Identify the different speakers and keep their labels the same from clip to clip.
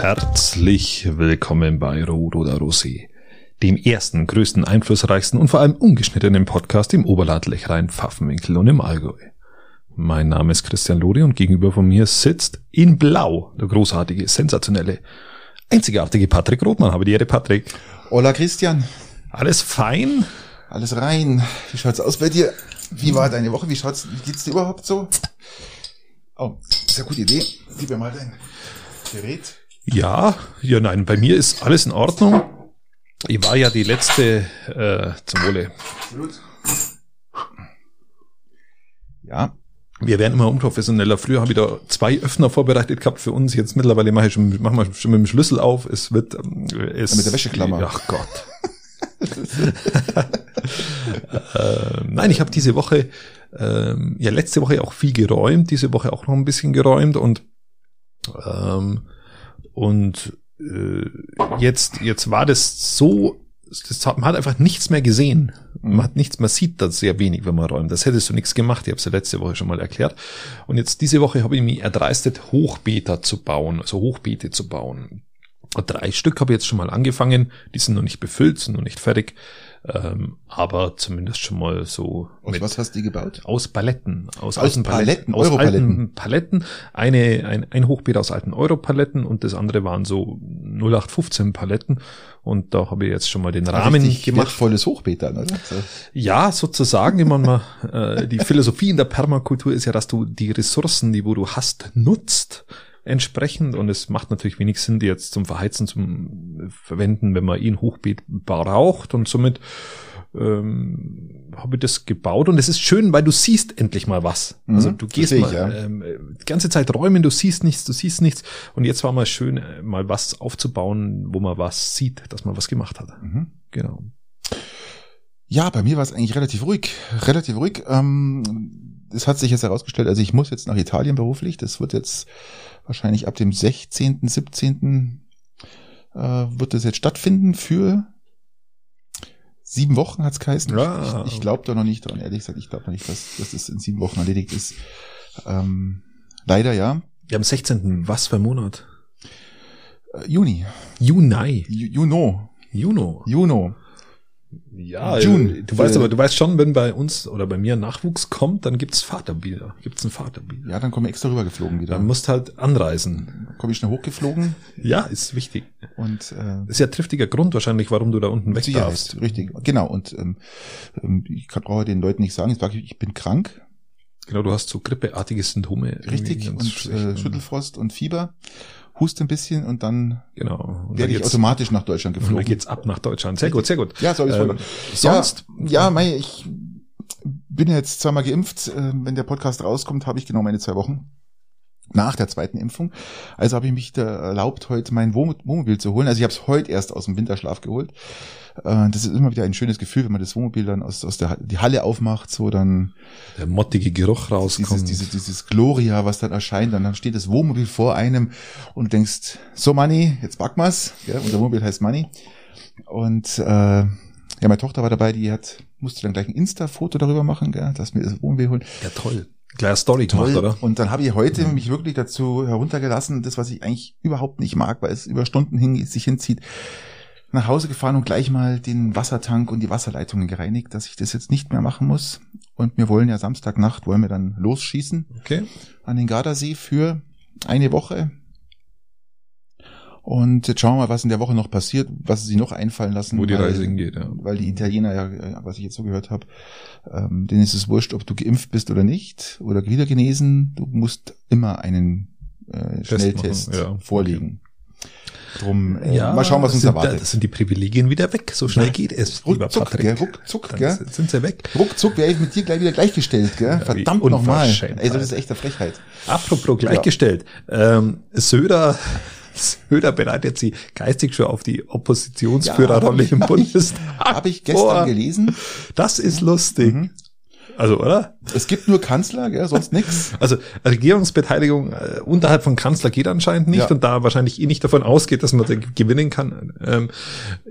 Speaker 1: Herzlich willkommen bei Rot oder Rosé, dem ersten, größten, einflussreichsten und vor allem ungeschnittenen Podcast im Oberland, Lechrein, Pfaffenwinkel und im Allgäu. Mein Name ist Christian Lodi und gegenüber von mir sitzt in Blau der großartige, sensationelle, einzigartige Patrick Rothmann. Habe die Ehre, Patrick.
Speaker 2: Hola Christian,
Speaker 1: Alles fein?
Speaker 2: alles rein. Wie schaut's aus bei dir? Wie war deine Woche? Wie schaut's, wie geht's dir überhaupt so? Oh, sehr gute Idee. Gib mir mal dein Gerät.
Speaker 1: Ja, ja, nein, bei mir ist alles in Ordnung. Ich war ja die letzte, äh, zum Wohle.
Speaker 2: Absolut. Ja,
Speaker 1: Wir werden immer unprofessioneller. Früher habe ich da zwei Öffner vorbereitet gehabt für uns. Jetzt mittlerweile mache ich schon, machen wir schon mit dem Schlüssel auf. Es wird, ähm, es,
Speaker 2: Ja, mit der Wäscheklammer.
Speaker 1: Ach Gott. äh, nein, ich habe diese Woche, ähm, ja, letzte Woche auch viel geräumt, diese Woche auch noch ein bisschen geräumt und, ähm, und äh, jetzt, jetzt war das so, das hat, man hat einfach nichts mehr gesehen.
Speaker 2: Mhm.
Speaker 1: Man hat nichts, man sieht das sehr wenig, wenn man räumt. Das hättest du nichts gemacht. Ich habe es ja letzte Woche schon mal erklärt. Und jetzt diese Woche habe ich mich erdreistet, Hochbeete zu bauen, also Hochbeete zu bauen. Drei Stück habe ich jetzt schon mal angefangen. Die sind noch nicht befüllt, sind noch nicht fertig. Ähm, aber zumindest schon mal so
Speaker 2: aus was hast du die gebaut?
Speaker 1: aus Paletten, aus,
Speaker 2: Aus
Speaker 1: alten Paletten,
Speaker 2: Paletten,
Speaker 1: aus alten
Speaker 2: Europaletten.
Speaker 1: Paletten, eine, ein, ein Hochbeet aus alten Europaletten und das andere waren so 0815 Paletten und da habe ich jetzt schon mal den Rahmen
Speaker 2: Ah, Richtig
Speaker 1: gemacht.
Speaker 2: Wertvolles Hochbeet dann, oder? So.
Speaker 1: Ja, sozusagen, immer mal, äh, die Philosophie in der Permakultur ist ja, dass du die Ressourcen, die wo du hast, nutzt entsprechend und es macht natürlich wenig Sinn, die jetzt zum Verheizen zum verwenden, wenn man ihn Hochbeet braucht und somit ähm, habe ich das gebaut und es ist schön, weil du siehst endlich mal was.
Speaker 2: Mhm,
Speaker 1: also du gehst
Speaker 2: verstehe
Speaker 1: mal
Speaker 2: ich, ja.
Speaker 1: ähm, die ganze Zeit räumen, du siehst nichts, du siehst nichts und jetzt war mal schön, äh, mal was aufzubauen, wo man was sieht, dass man was gemacht hat.
Speaker 2: Mhm.
Speaker 1: Genau.
Speaker 2: Ja, bei mir war es eigentlich relativ ruhig. Relativ ruhig. Ähm, das hat sich jetzt herausgestellt, also ich muss jetzt nach Italien beruflich. Das wird jetzt wahrscheinlich ab dem 16., 17. Äh, wird das jetzt stattfinden für sieben Wochen, hat's geheißen.
Speaker 1: Ja.
Speaker 2: Ich, ich glaube da noch nicht dran, ehrlich gesagt. Ich glaube noch nicht, dass, dass das in sieben Wochen erledigt ist. Ähm, leider ja.
Speaker 1: Ja, am 16. was für ein Monat?
Speaker 2: Äh, Juni.
Speaker 1: Juni.
Speaker 2: Ju- Juno.
Speaker 1: Juno.
Speaker 2: Juno.
Speaker 1: Ja,
Speaker 2: June.
Speaker 1: äh, Du weißt aber, du weißt schon, wenn bei uns oder bei mir Nachwuchs kommt, dann gibt's Vaterbilder. Gibt's ein Vaterbild.
Speaker 2: Ja, dann komme ich extra rübergeflogen wieder.
Speaker 1: Dann musst halt anreisen.
Speaker 2: Komme ich schnell hochgeflogen
Speaker 1: Ja, ist wichtig.
Speaker 2: und äh,
Speaker 1: Ist ja triftiger Grund wahrscheinlich, warum du da unten weg
Speaker 2: Sicherheit,
Speaker 1: darfst.
Speaker 2: Richtig, genau. Und ähm, ähm, ich kann, brauche den Leuten nicht sagen, ich sage, ich bin krank,
Speaker 1: Genau, du hast so grippeartige Symptome. irgendwie
Speaker 2: richtig,
Speaker 1: ganz
Speaker 2: und
Speaker 1: schlecht.
Speaker 2: äh, Schüttelfrost und Fieber, huste ein bisschen und dann
Speaker 1: Genau. Und dann
Speaker 2: werde ich
Speaker 1: geht's,
Speaker 2: automatisch nach Deutschland
Speaker 1: und dann
Speaker 2: geflogen.
Speaker 1: geht's ab nach Deutschland. Sehr gut, sehr gut.
Speaker 2: Ja, soll ich
Speaker 1: Ähm,
Speaker 2: ähm,
Speaker 1: sonst?
Speaker 2: Ja, ja mei, ich bin ja jetzt zweimal geimpft. Äh, Wenn der Podcast rauskommt, habe ich genau meine zwei Wochen nach der zweiten Impfung. Also habe ich mich da erlaubt, heute mein Wohn- Wohnmobil zu holen. Also ich habe es heute erst aus dem Winterschlaf geholt. Äh, Das ist immer wieder ein schönes Gefühl, wenn man das Wohnmobil dann aus, aus der Ha- die Halle aufmacht, so dann
Speaker 1: Der mottige Geruch
Speaker 2: dieses,
Speaker 1: rauskommt.
Speaker 2: dieses, dieses Gloria, was dann erscheint, und dann steht das Wohnmobil vor einem und du denkst, so Money, jetzt back wir's. Ja, unser Wohnmobil heißt Money. Und äh, ja, meine Tochter war dabei, die hat, musste dann gleich ein Insta-Foto darüber machen, gell, dass wir das Wohnmobil holen.
Speaker 1: ja, toll. Gleich eine Story gemacht, oder?
Speaker 2: Und dann habe ich heute mich wirklich dazu heruntergelassen, das, was ich eigentlich überhaupt nicht mag, weil es über Stunden hin sich hinzieht, nach Hause gefahren und gleich mal den Wassertank und die Wasserleitungen gereinigt, dass ich das jetzt nicht mehr machen muss. Und wir wollen ja Samstagnacht, wollen wir dann losschießen
Speaker 1: Okay.
Speaker 2: an den Gardasee für eine Woche. Und jetzt schauen wir mal, was in der Woche noch passiert, was sie noch einfallen lassen.
Speaker 1: Wo die
Speaker 2: weil-
Speaker 1: Reise hingeht, ja.
Speaker 2: Weil die Italiener ja, äh, was ich jetzt so gehört habe, ähm, denen ist es wurscht, ob du geimpft bist oder nicht oder wieder genesen. Du musst immer einen äh, Schnelltest
Speaker 1: machen, ja.
Speaker 2: vorlegen. Drum, äh, mal schauen, was
Speaker 1: das
Speaker 2: uns
Speaker 1: sind,
Speaker 2: erwartet.
Speaker 1: Das sind die Privilegien wieder weg. So schnell
Speaker 2: Ja.
Speaker 1: geht es, lieber
Speaker 2: ruckzuck,
Speaker 1: Patrick.
Speaker 2: gell, ruckzuck,
Speaker 1: Dann
Speaker 2: gell?
Speaker 1: sind- sind sie weg.
Speaker 2: Ruckzuck wäre ich mit dir gleich wieder gleichgestellt, gell?
Speaker 1: wie
Speaker 2: Verdammt nochmal.
Speaker 1: unverschämt,
Speaker 2: Also das ist
Speaker 1: Alter.
Speaker 2: echt eine Frechheit.
Speaker 1: Apropos gleichgestellt. Ähm, Söder, Söder bereitet sie geistig schon auf die Oppositionsführerrolle
Speaker 2: Ja,
Speaker 1: im
Speaker 2: hab ich- Mhm.
Speaker 1: Bundestag.
Speaker 2: Habe ich gestern
Speaker 1: vor.
Speaker 2: gelesen.
Speaker 1: Das ist lustig. Also, oder?
Speaker 2: Es gibt nur Kanzler, gell, sonst nix.
Speaker 1: Also Regierungsbeteiligung äh, unterhalb von Kanzler geht anscheinend nicht
Speaker 2: Ja.
Speaker 1: und da wahrscheinlich eh nicht davon ausgeht, dass man da gewinnen kann, ähm,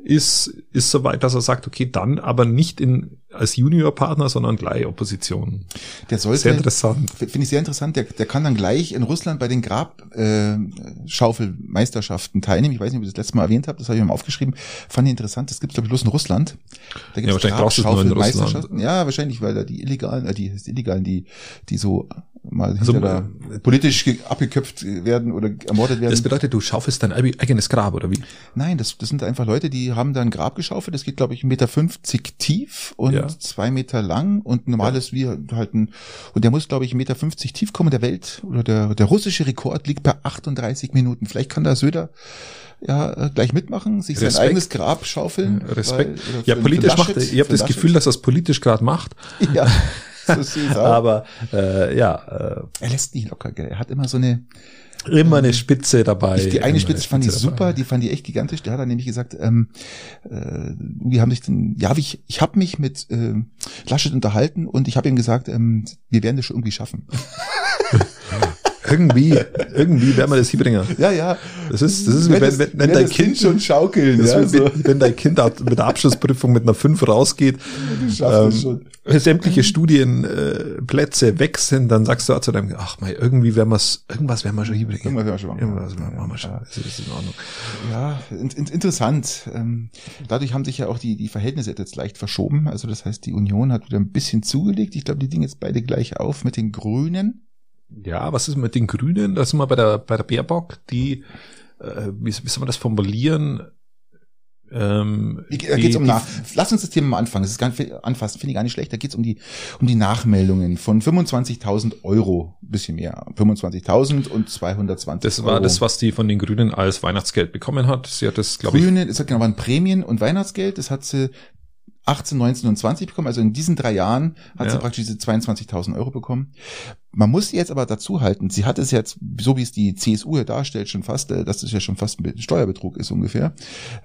Speaker 1: ist, ist soweit, dass er sagt, okay, dann aber nicht in, als Juniorpartner, sondern gleich Opposition.
Speaker 2: Der sollte,
Speaker 1: Sehr interessant.
Speaker 2: F- Finde ich sehr interessant. Der, der kann dann gleich in Russland bei den Grabschaufelmeisterschaften äh, Schaufelmeisterschaften teilnehmen. Ich weiß nicht, ob ich das letzte Mal erwähnt habe. Das habe ich mir mal aufgeschrieben. Fand ich interessant. Das gibt es, glaube ich, bloß in Russland. Da gibt's
Speaker 1: wahrscheinlich brauchst du es nur in
Speaker 2: Grabschaufelmeisterschaften. Ja, wahrscheinlich, weil da die Illegalen, äh, die, die Illegalen, die, die so mal
Speaker 1: Also,
Speaker 2: hinter der, politisch ge- abgeköpft werden oder ermordet werden.
Speaker 1: Das bedeutet, du schaufelst dein eigenes Grab, oder wie?
Speaker 2: Nein, das, das sind einfach Leute, die haben da ein Grab geschaufelt. Das geht, glaube ich, 1,50 Meter tief und
Speaker 1: Ja.
Speaker 2: zwei Meter lang und ein normales wie halt ein, und der muss, glaube ich, 1,50 Meter tief kommen. Der Welt oder der, der russische Rekord liegt bei 38 Minuten. Vielleicht kann da Söder ja äh, gleich mitmachen, sich sein
Speaker 1: Respekt.
Speaker 2: eigenes Grab schaufeln.
Speaker 1: Respekt.
Speaker 2: weil- oder
Speaker 1: ja,
Speaker 2: für-
Speaker 1: politisch
Speaker 2: für
Speaker 1: macht,
Speaker 2: Laschet,
Speaker 1: ich habe
Speaker 2: für
Speaker 1: das
Speaker 2: Laschet.
Speaker 1: Gefühl, dass er es politisch gerade macht,
Speaker 2: ja, so ist es auch.
Speaker 1: aber äh, ja,
Speaker 2: er lässt nicht locker, gell. Er hat immer so eine,
Speaker 1: äh, immer eine Spitze dabei.
Speaker 2: Ich, die
Speaker 1: Immer eine
Speaker 2: eine Spitze fand ich
Speaker 1: dabei.
Speaker 2: super, die fand ich echt gigantisch. Der hat dann nämlich gesagt, ähm, äh, wir haben sich den, ja, ich, ich habe mich mit äh, Laschet unterhalten und ich habe ihm gesagt, ähm, wir werden das schon irgendwie schaffen.
Speaker 1: Irgendwie, irgendwie werden wir das hinbringen.
Speaker 2: Ja, ja.
Speaker 1: Das ist, das ist
Speaker 2: Wir
Speaker 1: wie wenn,
Speaker 2: werden
Speaker 1: wenn,
Speaker 2: wir
Speaker 1: wenn
Speaker 2: werden
Speaker 1: dein
Speaker 2: das Kind
Speaker 1: Kind
Speaker 2: schon schaukeln.
Speaker 1: Das
Speaker 2: Ja,
Speaker 1: ist wie,
Speaker 2: so.
Speaker 1: wenn- wenn dein Kind ab- mit der Abschlussprüfung mit einer 5 rausgeht,
Speaker 2: Wir schaffen das
Speaker 1: ähm,
Speaker 2: schon.
Speaker 1: sämtliche Studienplätze äh, Plätze weg sind, dann sagst du auch zu deinem, ach mal, irgendwie werden wir's, irgendwas werden wir schon hinkriegen.
Speaker 2: Irgendwas werden wir schon machen.
Speaker 1: Irgendwas machen wir schon. Das ist in Ordnung.
Speaker 2: Ja, in, in, interessant. Ähm, dadurch haben sich ja auch die, die Verhältnisse jetzt leicht verschoben. Also das heißt, die Union hat wieder ein bisschen zugelegt. Ich glaube, die dingen jetzt beide gleich auf mit den Grünen.
Speaker 1: Ja, was ist mit den Grünen? Da sind wir bei der, bei der Baerbock, die, äh, wie, wie soll man das formulieren? Ähm,
Speaker 2: Wie- Da
Speaker 1: die-
Speaker 2: geht's um
Speaker 1: die-
Speaker 2: nach. Lass uns das Thema mal anfangen. Das ist gar nicht, anfassen, finde ich gar nicht schlecht. Da geht's um die um die Nachmeldungen von 25.000 Euro, ein bisschen mehr, 25.000 und 220.
Speaker 1: Das war
Speaker 2: Euro.
Speaker 1: das, was die von den Grünen als Weihnachtsgeld bekommen hat. Sie hat das, glaube ich,
Speaker 2: Grüne, das hat genau waren Prämien und Weihnachtsgeld. Das hat sie 18, 19 und 20 bekommen. Also in diesen drei Jahren hat sie
Speaker 1: Ja.
Speaker 2: praktisch diese 22.000 Euro bekommen. Man muss sie jetzt aber dazu halten. Sie hat es jetzt, so wie es die CSU hier darstellt, schon fast, äh, dass es ja schon fast ein Be- Steuerbetrug ist ungefähr.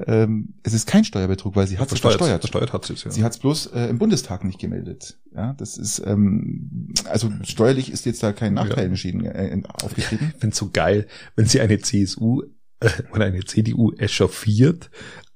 Speaker 2: Ähm, Es ist kein Steuerbetrug, weil sie hat es versteuert.
Speaker 1: Versteuert hat sie es, ja.
Speaker 2: Sie hat es bloß äh, im Bundestag nicht gemeldet. Ja, das ist ähm, also steuerlich ist jetzt da kein Nachteil
Speaker 1: Ja.
Speaker 2: entschieden äh, in- aufgetreten.
Speaker 1: finde so geil, wenn sie eine CSU äh, oder eine CDU echauffiert,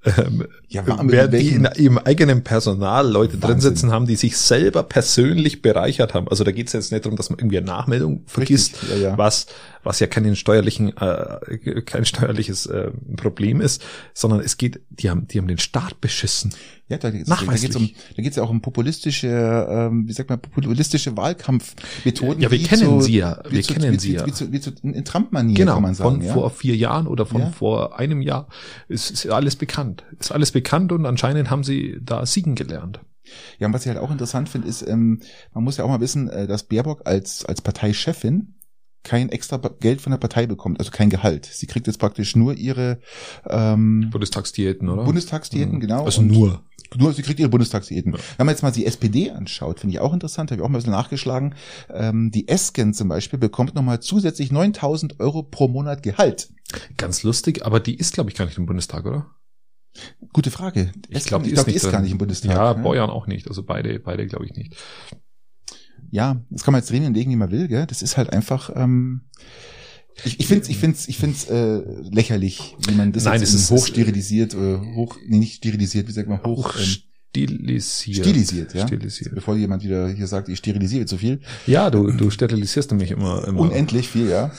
Speaker 1: ähm,
Speaker 2: Ja, wa- mit
Speaker 1: während die
Speaker 2: welchen-
Speaker 1: in ihrem eigenen Personal Leute drin
Speaker 2: Wahnsinn.
Speaker 1: sitzen haben, die sich selber persönlich bereichert haben. Also da geht es jetzt nicht darum, dass man irgendwie eine Nachmeldung vergisst,
Speaker 2: Richtig, ja, ja.
Speaker 1: was was ja keinen steuerlichen äh, kein steuerliches äh, Problem ist, sondern es geht, die haben die haben den Staat beschissen.
Speaker 2: ja, da geht
Speaker 1: nachweislich.
Speaker 2: es um, da geht's ja auch um populistische, ähm, wie sagt man, populistische Wahlkampfmethoden.
Speaker 1: Ja, wir
Speaker 2: wie
Speaker 1: kennen sie ja.
Speaker 2: wie
Speaker 1: Wir kennen
Speaker 2: wie,
Speaker 1: sie
Speaker 2: wie,
Speaker 1: ja.
Speaker 2: Wie, zu, wie zu, in, in Trump-Manier
Speaker 1: Genau,
Speaker 2: kann man sagen.
Speaker 1: von
Speaker 2: ja.
Speaker 1: vor vier Jahren oder von
Speaker 2: Ja.
Speaker 1: vor einem Jahr ist, ist alles bekannt. Ist alles bekannt und anscheinend haben sie da siegen gelernt.
Speaker 2: Ja, und was ich halt auch interessant finde, ist, ähm, man muss ja auch mal wissen, äh, dass Baerbock als, als Parteichefin kein extra Ba- Geld von der Partei bekommt, also kein Gehalt. Sie kriegt jetzt praktisch nur ihre ähm,
Speaker 1: Bundestagsdiäten, oder?
Speaker 2: Bundestagsdiäten,
Speaker 1: Mhm.
Speaker 2: genau.
Speaker 1: Also
Speaker 2: Und
Speaker 1: nur.
Speaker 2: Nur, sie kriegt ihre Bundestagsdiäten.
Speaker 1: Ja.
Speaker 2: Wenn man jetzt mal die SPD anschaut, finde ich auch interessant, habe ich auch mal ein bisschen nachgeschlagen. Ähm, die Esken zum Beispiel bekommt nochmal zusätzlich 9000 Euro pro Monat Gehalt.
Speaker 1: Ganz lustig, aber die ist, glaube ich, gar nicht im Bundestag, oder?
Speaker 2: Gute Frage. Esken,
Speaker 1: glaub,
Speaker 2: die ist
Speaker 1: drin.
Speaker 2: gar nicht im Bundestag.
Speaker 1: Ja,
Speaker 2: ne?
Speaker 1: Beuern auch nicht. Also beide, beide glaube ich nicht.
Speaker 2: ja, das kann man jetzt drehen und legen, wie man will, gell? Das ist halt einfach. Ähm, ich, ich finde es ich find's, ich find's, äh, lächerlich, wie man das
Speaker 1: Nein,
Speaker 2: jetzt
Speaker 1: es ist-
Speaker 2: in hochsterilisiert, äh, hoch, nee, nicht sterilisiert, wie sagt man, hoch, ähm,
Speaker 1: Hochstilisiert.
Speaker 2: stilisiert, ja.
Speaker 1: Stilisiert.
Speaker 2: Bevor jemand wieder hier sagt, ich sterilisiere zu viel.
Speaker 1: Ja, du, du sterilisierst nämlich immer, immer.
Speaker 2: Unendlich viel, ja.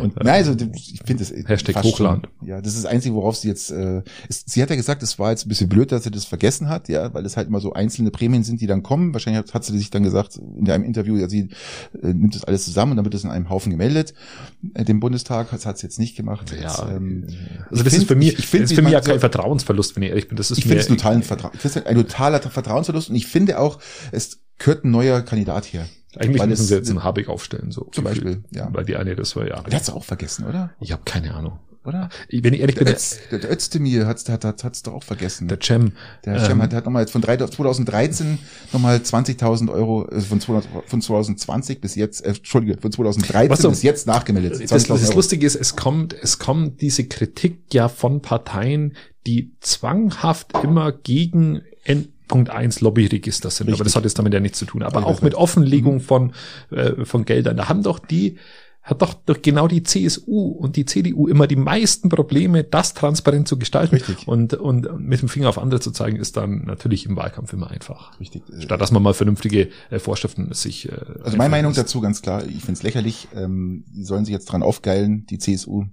Speaker 1: Und,
Speaker 2: Nein, also ich finde das
Speaker 1: Hashtag
Speaker 2: fast schon-
Speaker 1: Hochland.
Speaker 2: Ja, das ist das Einzige, worauf sie jetzt. Äh, ist, sie hat ja gesagt, es war jetzt ein bisschen blöd, dass sie das vergessen hat, ja, weil es halt immer so einzelne Prämien sind, die dann kommen. Wahrscheinlich hat, hat sie sich dann gesagt in einem Interview, ja, sie äh, nimmt das alles zusammen und dann wird das in einem Haufen gemeldet. Äh, dem Bundestag das hat sie jetzt nicht gemacht. Jetzt,
Speaker 1: ja,
Speaker 2: ähm,
Speaker 1: also das
Speaker 2: ich find-
Speaker 1: ist für mich,
Speaker 2: ich- ich find,
Speaker 1: das
Speaker 2: wie
Speaker 1: ist für mich
Speaker 2: man
Speaker 1: ja
Speaker 2: so-
Speaker 1: kein Vertrauensverlust, wenn ich ehrlich bin. Das ist
Speaker 2: ich finde es
Speaker 1: mir-
Speaker 2: totalen Vertrau ich find's ein totaler Vertrauensverlust und ich finde auch, es gehört ein neuer Kandidat her.
Speaker 1: Eigentlich
Speaker 2: weil
Speaker 1: müssen
Speaker 2: es-
Speaker 1: sie jetzt einen Habeck aufstellen, so.
Speaker 2: Zum Beispiel, ja.
Speaker 1: Weil die eine, das war ja.
Speaker 2: Der hat es auch vergessen, oder?
Speaker 1: Ich habe keine Ahnung.
Speaker 2: Oder?
Speaker 1: Ich- Wenn ich ehrlich bin,
Speaker 2: Der
Speaker 1: der,
Speaker 2: Öz, der, der Özdemir hat's, hat es hat's doch auch vergessen.
Speaker 1: der Cem,
Speaker 2: Der Schirm
Speaker 1: Ähm,
Speaker 2: hat, hat nochmal jetzt von 3, 2013 nochmal 20.000 Euro, also von, 200, von 2020 bis jetzt, äh, Entschuldige, von 2013
Speaker 1: Was so-
Speaker 2: bis jetzt nachgemeldet.
Speaker 1: das,
Speaker 2: 20.000
Speaker 1: das
Speaker 2: Euro.
Speaker 1: Lustige ist, es kommt, es kommt diese Kritik ja von Parteien, die zwanghaft immer gegen en, Punkt eins Lobbyregister sind, aber
Speaker 2: Richtig.
Speaker 1: das hat jetzt damit ja nichts zu tun. Aber
Speaker 2: Ja,
Speaker 1: auch
Speaker 2: das-
Speaker 1: mit Offenlegung von, äh, von Geldern. Da haben doch die, hat doch, doch genau die CSU und die CDU immer die meisten Probleme, das transparent zu gestalten.
Speaker 2: Richtig.
Speaker 1: Und, und mit dem Finger auf andere zu zeigen, ist dann natürlich im Wahlkampf immer einfach.
Speaker 2: Richtig. äh,
Speaker 1: Statt dass man mal vernünftige äh, Vorschriften sich. Äh,
Speaker 2: Also meine Meinung
Speaker 1: einführen
Speaker 2: dazu ganz klar, ich find's lächerlich, ähm, die sollen sich jetzt dran aufgeilen, die CSU,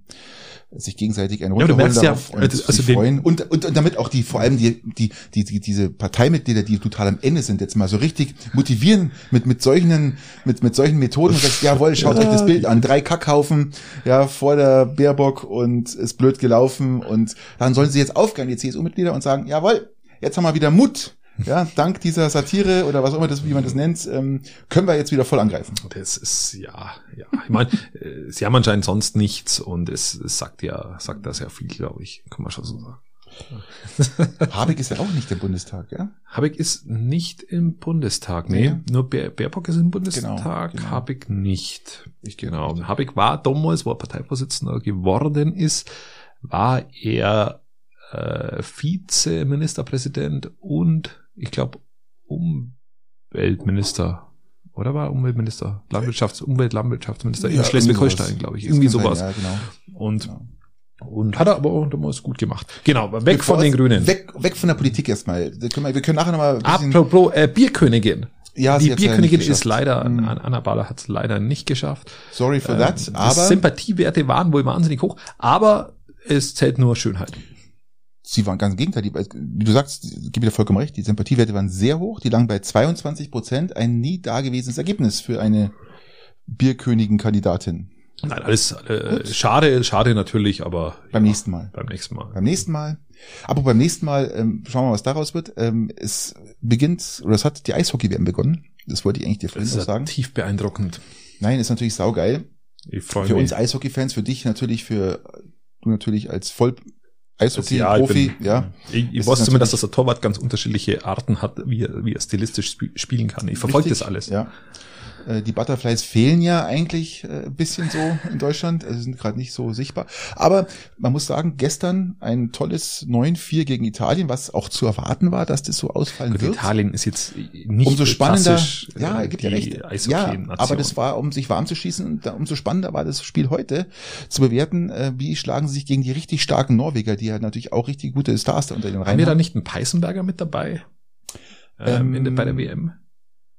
Speaker 2: sich gegenseitig einen
Speaker 1: Ja, aber du
Speaker 2: runterholen
Speaker 1: merkst ja,
Speaker 2: darauf und
Speaker 1: also- also
Speaker 2: sich
Speaker 1: den-
Speaker 2: freuen. Und, und, und damit auch die, vor allem die, die, die, die, diese Parteimitglieder, die total am Ende sind, jetzt mal so richtig motivieren mit, mit solchen, mit, mit solchen Methoden und sagst, jawohl, schaut euch das Bild an, drei Kackhaufen, ja, vor der Baerbock und ist blöd gelaufen und dann sollen sie jetzt aufgeilen, die CSU-Mitglieder und sagen, jawohl, jetzt haben wir wieder Mut. Ja, dank dieser Satire oder was auch immer das, wie man das nennt, ähm, können wir jetzt wieder voll angreifen.
Speaker 1: Das ist ja, ja. Ich meine, äh, sie haben anscheinend sonst nichts und es, es sagt ja, sagt da sehr viel, glaube ich, kann man schon so sagen.
Speaker 2: Habeck ist ja auch nicht im Bundestag, ja?
Speaker 1: Habeck ist nicht im Bundestag, nee.
Speaker 2: Ja.
Speaker 1: Nur Baer- Baerbock ist im Bundestag,
Speaker 2: genau.
Speaker 1: Habeck nicht. Genau. Habeck war damals, wo er Parteivorsitzender geworden ist, war er äh, Vize-Ministerpräsident und ich glaube Umweltminister. Oder war er Umweltminister? Landwirtschafts-, Umwelt-, Landwirtschaftsminister in
Speaker 2: Ja,
Speaker 1: Schleswig-Holstein,
Speaker 2: irgendwie
Speaker 1: glaube ich.
Speaker 2: Das
Speaker 1: Irgendwie
Speaker 2: kann sein,
Speaker 1: sowas.
Speaker 2: Ja, genau.
Speaker 1: Und,
Speaker 2: Genau.
Speaker 1: und hat er aber auch damals gut gemacht. Genau, aber weg
Speaker 2: Bevor
Speaker 1: von den
Speaker 2: es-
Speaker 1: Grünen.
Speaker 2: Weg, weg von der Politik erstmal. Wir können, wir können nachher nochmal ein bisschen...
Speaker 1: Apropos äh, Bierkönigin.
Speaker 2: ja, sie
Speaker 1: Die
Speaker 2: hat's leider
Speaker 1: Bierkönigin
Speaker 2: nicht
Speaker 1: ist
Speaker 2: geschafft.
Speaker 1: leider,
Speaker 2: Mm.
Speaker 1: Anna Baller hat es leider nicht geschafft.
Speaker 2: Sorry for
Speaker 1: Ähm,
Speaker 2: that,
Speaker 1: die
Speaker 2: aber
Speaker 1: Sympathiewerte waren wohl wahnsinnig hoch, aber es zählt nur Schönheit.
Speaker 2: sie waren ganz im Gegenteil. Die, wie du sagst, gebe dir vollkommen recht, die Sympathiewerte waren sehr hoch. Die lagen bei 22 Prozent. Ein nie dagewesenes Ergebnis für eine Bierkönigin-Kandidatin.
Speaker 1: Nein, alles äh, schade, schade natürlich, aber
Speaker 2: Beim
Speaker 1: ja,
Speaker 2: nächsten Mal.
Speaker 1: beim nächsten Mal.
Speaker 2: Beim nächsten Mal. Aber beim nächsten Mal ähm, schauen wir mal, was daraus wird. Ähm, es beginnt, oder es hat die Eishockey-WM begonnen. Das wollte ich eigentlich dir vorhin
Speaker 1: das
Speaker 2: noch
Speaker 1: ist ja
Speaker 2: sagen.
Speaker 1: tief beeindruckend.
Speaker 2: Nein, ist natürlich saugeil.
Speaker 1: Ich freue
Speaker 2: Für uns
Speaker 1: mich.
Speaker 2: Eishockey-Fans, für dich natürlich, für du natürlich als
Speaker 1: Also, Ja,
Speaker 2: Voll-Eishockey-Profi.
Speaker 1: ich bin-
Speaker 2: Ja,
Speaker 1: Ich, ich
Speaker 2: Ist
Speaker 1: weiß zumindest,
Speaker 2: natürlich-
Speaker 1: dass der Torwart ganz unterschiedliche Arten hat, wie er, wie er stilistisch spie- spielen kann. Ich verfolge
Speaker 2: Richtig,
Speaker 1: das alles.
Speaker 2: Ja. Äh, Die Butterflies fehlen ja eigentlich äh, ein bisschen so in Deutschland, also sind gerade nicht so sichtbar. Aber man muss sagen, gestern ein tolles 9-4 gegen Italien, was auch zu erwarten war, dass das so ausfallen
Speaker 1: Gut,
Speaker 2: wird.
Speaker 1: Italien ist jetzt nicht
Speaker 2: umso spannender.
Speaker 1: klassisch, äh,
Speaker 2: Ja, gibt ja
Speaker 1: die
Speaker 2: recht. Ja,
Speaker 1: Eishockey-Nation.
Speaker 2: aber das war, um sich warm zu schießen, und da- umso spannender war das Spiel heute zu bewerten, äh, wie schlagen sie sich gegen die richtig starken Norweger, die ja natürlich auch richtig gute Stars da unter den
Speaker 1: Haben
Speaker 2: Reihen
Speaker 1: wir da
Speaker 2: haben.
Speaker 1: nicht einen Peißenberger mit dabei? Ähm, in der, bei der
Speaker 2: Ähm,
Speaker 1: WM?